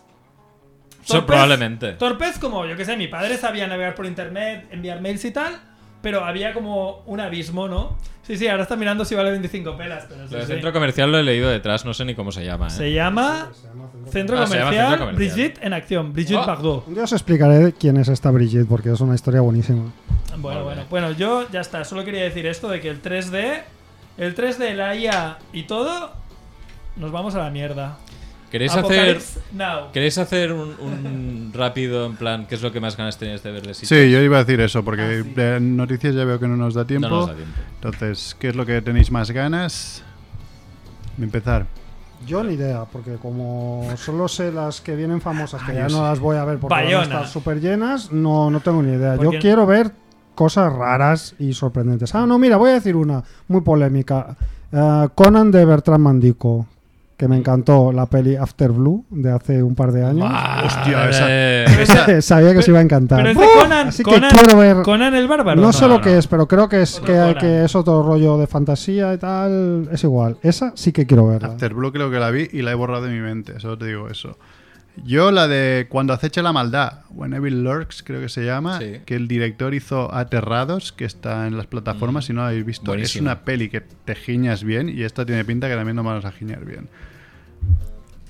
So- probablemente.
Torpes como, yo que sé, mi padre sabía navegar por internet, enviar mails y tal, pero había como un abismo, ¿no? Sí, sí, ahora está mirando si vale 25 pelas, pero sí,
Lo del
sí.
centro comercial lo he leído detrás, no sé ni cómo se llama. ¿eh?
Se llama Centro
Ah, se llama
Comercial
Centro Comercial.
Brigitte en Acción, Brigitte
Oh.
Bardot.
Un día os explicaré quién es esta Brigitte, porque es una historia buenísima.
Bueno,
Vale.
bueno, bueno, yo ya está, solo quería decir esto de que el 3D, el 3D, la IA y todo, nos vamos a la mierda.
¿Queréis hacer,
Apocalypse Now.
¿Queréis hacer un,
(laughs)
un rápido, en plan, qué es lo que más ganas tenías de ver de Sitges?
Sí, yo iba a decir eso, porque de noticias ya veo que no nos da tiempo.
No nos da tiempo.
Entonces, ¿qué es lo que tenéis más ganas? De empezar.
Yo ni idea, porque como solo sé las que vienen famosas, que
Ah,
ya
yo
no
sí.
las voy a ver porque van a
Bayona.
estar súper llenas, no, no tengo ni idea. Yo
Porque-
quiero ver cosas raras y sorprendentes. Ah, no, mira, voy a decir una muy polémica. Eh, Conan de Bertrand Mandico, que me encantó la peli After Blue de hace un par de años.
Ah,
Hostia, esa-
Madre.
(laughs) Sabía que os iba a encantar.
Pero es de
¡Buf!
Conan,
Así que
Conan,
quiero ver.
Conan el bárbaro.
No sé
no,
lo que
no.
es, pero creo que es,
Otro
que,
Conan.
que es otro rollo de fantasía y tal. Es igual. Esa sí que quiero verla.
Afterblue creo que la vi y la he borrado de mi mente, solo te digo eso. Yo la de Cuando acecha la maldad, When Evil Lurks creo que se llama,
Sí.
que el director hizo Aterrados, que está en las plataformas, si no la habéis visto. Es
Mm. Buenísima.
una peli que te giñas bien y esta tiene pinta que también nos vamos a giñar bien.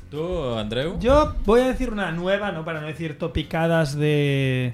¿Tú, Andreu?
Yo voy a decir una nueva, ¿no? Para no decir topicadas de.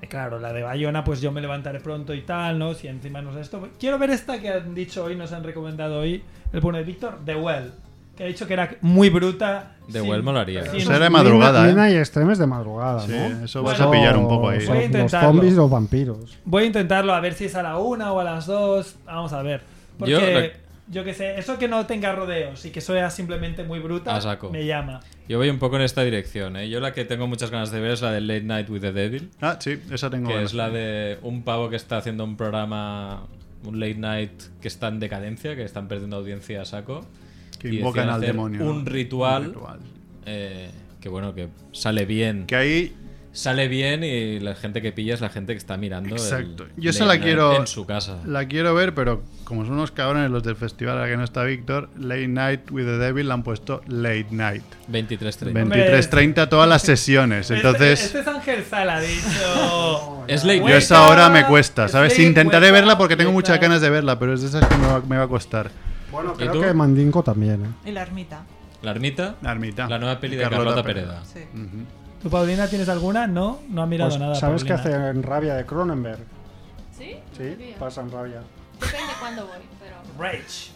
de, Claro, la de Bayona, pues yo me levantaré pronto y tal, ¿no? Si encima nos da esto. Quiero ver esta que han dicho hoy, nos han recomendado hoy, el bueno de Víctor, The Well. Que ha dicho que era muy bruta.
The
sin-
Well molaría. ¿eh?
sin-
O sea, era de madrugada,
Lina,
¿eh?
Lina y Extremes de madrugada,
Sí,
¿no?
eso
Bueno,
vas a pillar un poco ahí.
Son
Voy a
los
intentarlo.
zombies y los vampiros.
Voy a intentarlo, a ver si es a la una o a las dos. Vamos a ver. Porque.
Yo
Yo,
rec-
que sé, eso que no tenga rodeos y que sea simplemente muy bruta,
A saco.
me llama.
Yo voy un poco en esta dirección, ¿eh? Yo la que tengo muchas ganas de ver es la de Late Night with the Devil,
Ah, sí, esa tengo.
que
ganas.
es la de un pavo que está haciendo un programa, un late night que está en decadencia, que están perdiendo audiencia a saco.
que
y
invocan
deciden
al
hacer
demonio.
Un ritual,
Un ritual.
eh, que bueno, que sale bien.
Que ahí
Sale bien y la gente que pilla es la gente que está mirando. el
Exacto. Yo esa la
late night
quiero-
En su casa.
La quiero ver, pero como son unos cabrones los del festival a la que no está Víctor, Late Night with the Devil la han puesto Late Night.
23.30.
23.30 todas las sesiones.
Este, este
Entonces,
es Ángel Sala, ha dicho.
Es late
yo
night.
esa hora me cuesta, ¿sabes?
Este
Intentaré
cuesta,
verla porque tengo
cuesta.
muchas ganas de verla, pero es de esas que me va, me va a costar.
Bueno,
creo
creo
tú? que
que Mandinco también, ¿eh?
Y la ermita.
La ermita.
La ermita.
La nueva peli de Carlota, Pereda.
Sí.
Ujú.
¿Tú, Paulina, tienes alguna? No, no ha mirado
Pues,
nada.
¿Sabes qué
Paulina.
hacen rabia de Cronenberg?
¿Sí? No
Sí,
sabía.
pasan rabia.
Depende cuándo voy, pero.
Rage.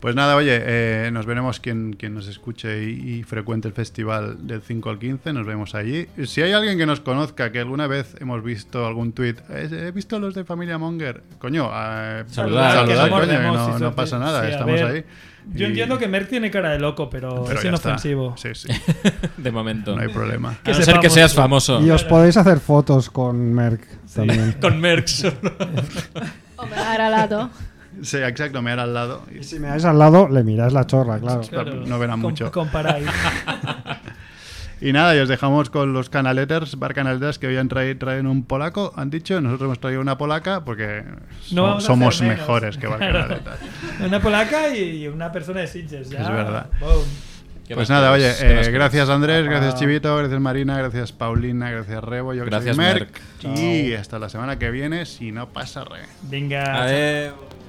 Pues nada, oye, eh, nos veremos quien, quien nos escuche y, y frecuente el festival del 5 al 15, nos vemos allí. Si hay alguien que nos conozca, que alguna vez hemos visto algún tuit, "Eh, he visto los de Familia Monger, coño, eh,
Saludad,
saludad,
que
coño, que
mordemos,
no,
sí,
no
sí,
pasa nada,
sí, a
estamos
ver.
ahí.
Yo
Y-
entiendo que Merck tiene cara de loco, pero,
pero
es
ya está.
inofensivo.
Sí, sí,
(laughs) De momento.
no hay problema.
a no
Que
ser que
sepamos.
seas famoso.
Y os podéis hacer fotos con Merck
(laughs)
también.
Con Merckx solo.
O me dará al lado.
Sí, exacto, me hará al lado. y-
Y si me dais al lado, le miráis la chorra, claro.
No verán mucho.
Comparáis.
Y nada, y os dejamos con los canaleters, bar canaleters que hoy han traído traen un polaco, han dicho, nosotros hemos traído una polaca porque so-
No vamos a
somos
hacer menos.
mejores que bar
Claro.
canaleters.
una polaca y una persona de Sitges, ya.
Es verdad.
Boom.
¿Qué
Pues
más
nada, oye,
quieres? ¿Qué
eh,
más quieres?
gracias Andrés, gracias
Ah.
Chivito, gracias Marina, gracias Paulina, gracias Rebo, yo que
Gracias,
soy Merck.
Merck.
Y hasta la semana que viene, si no pasa re.
Venga.
Adeu.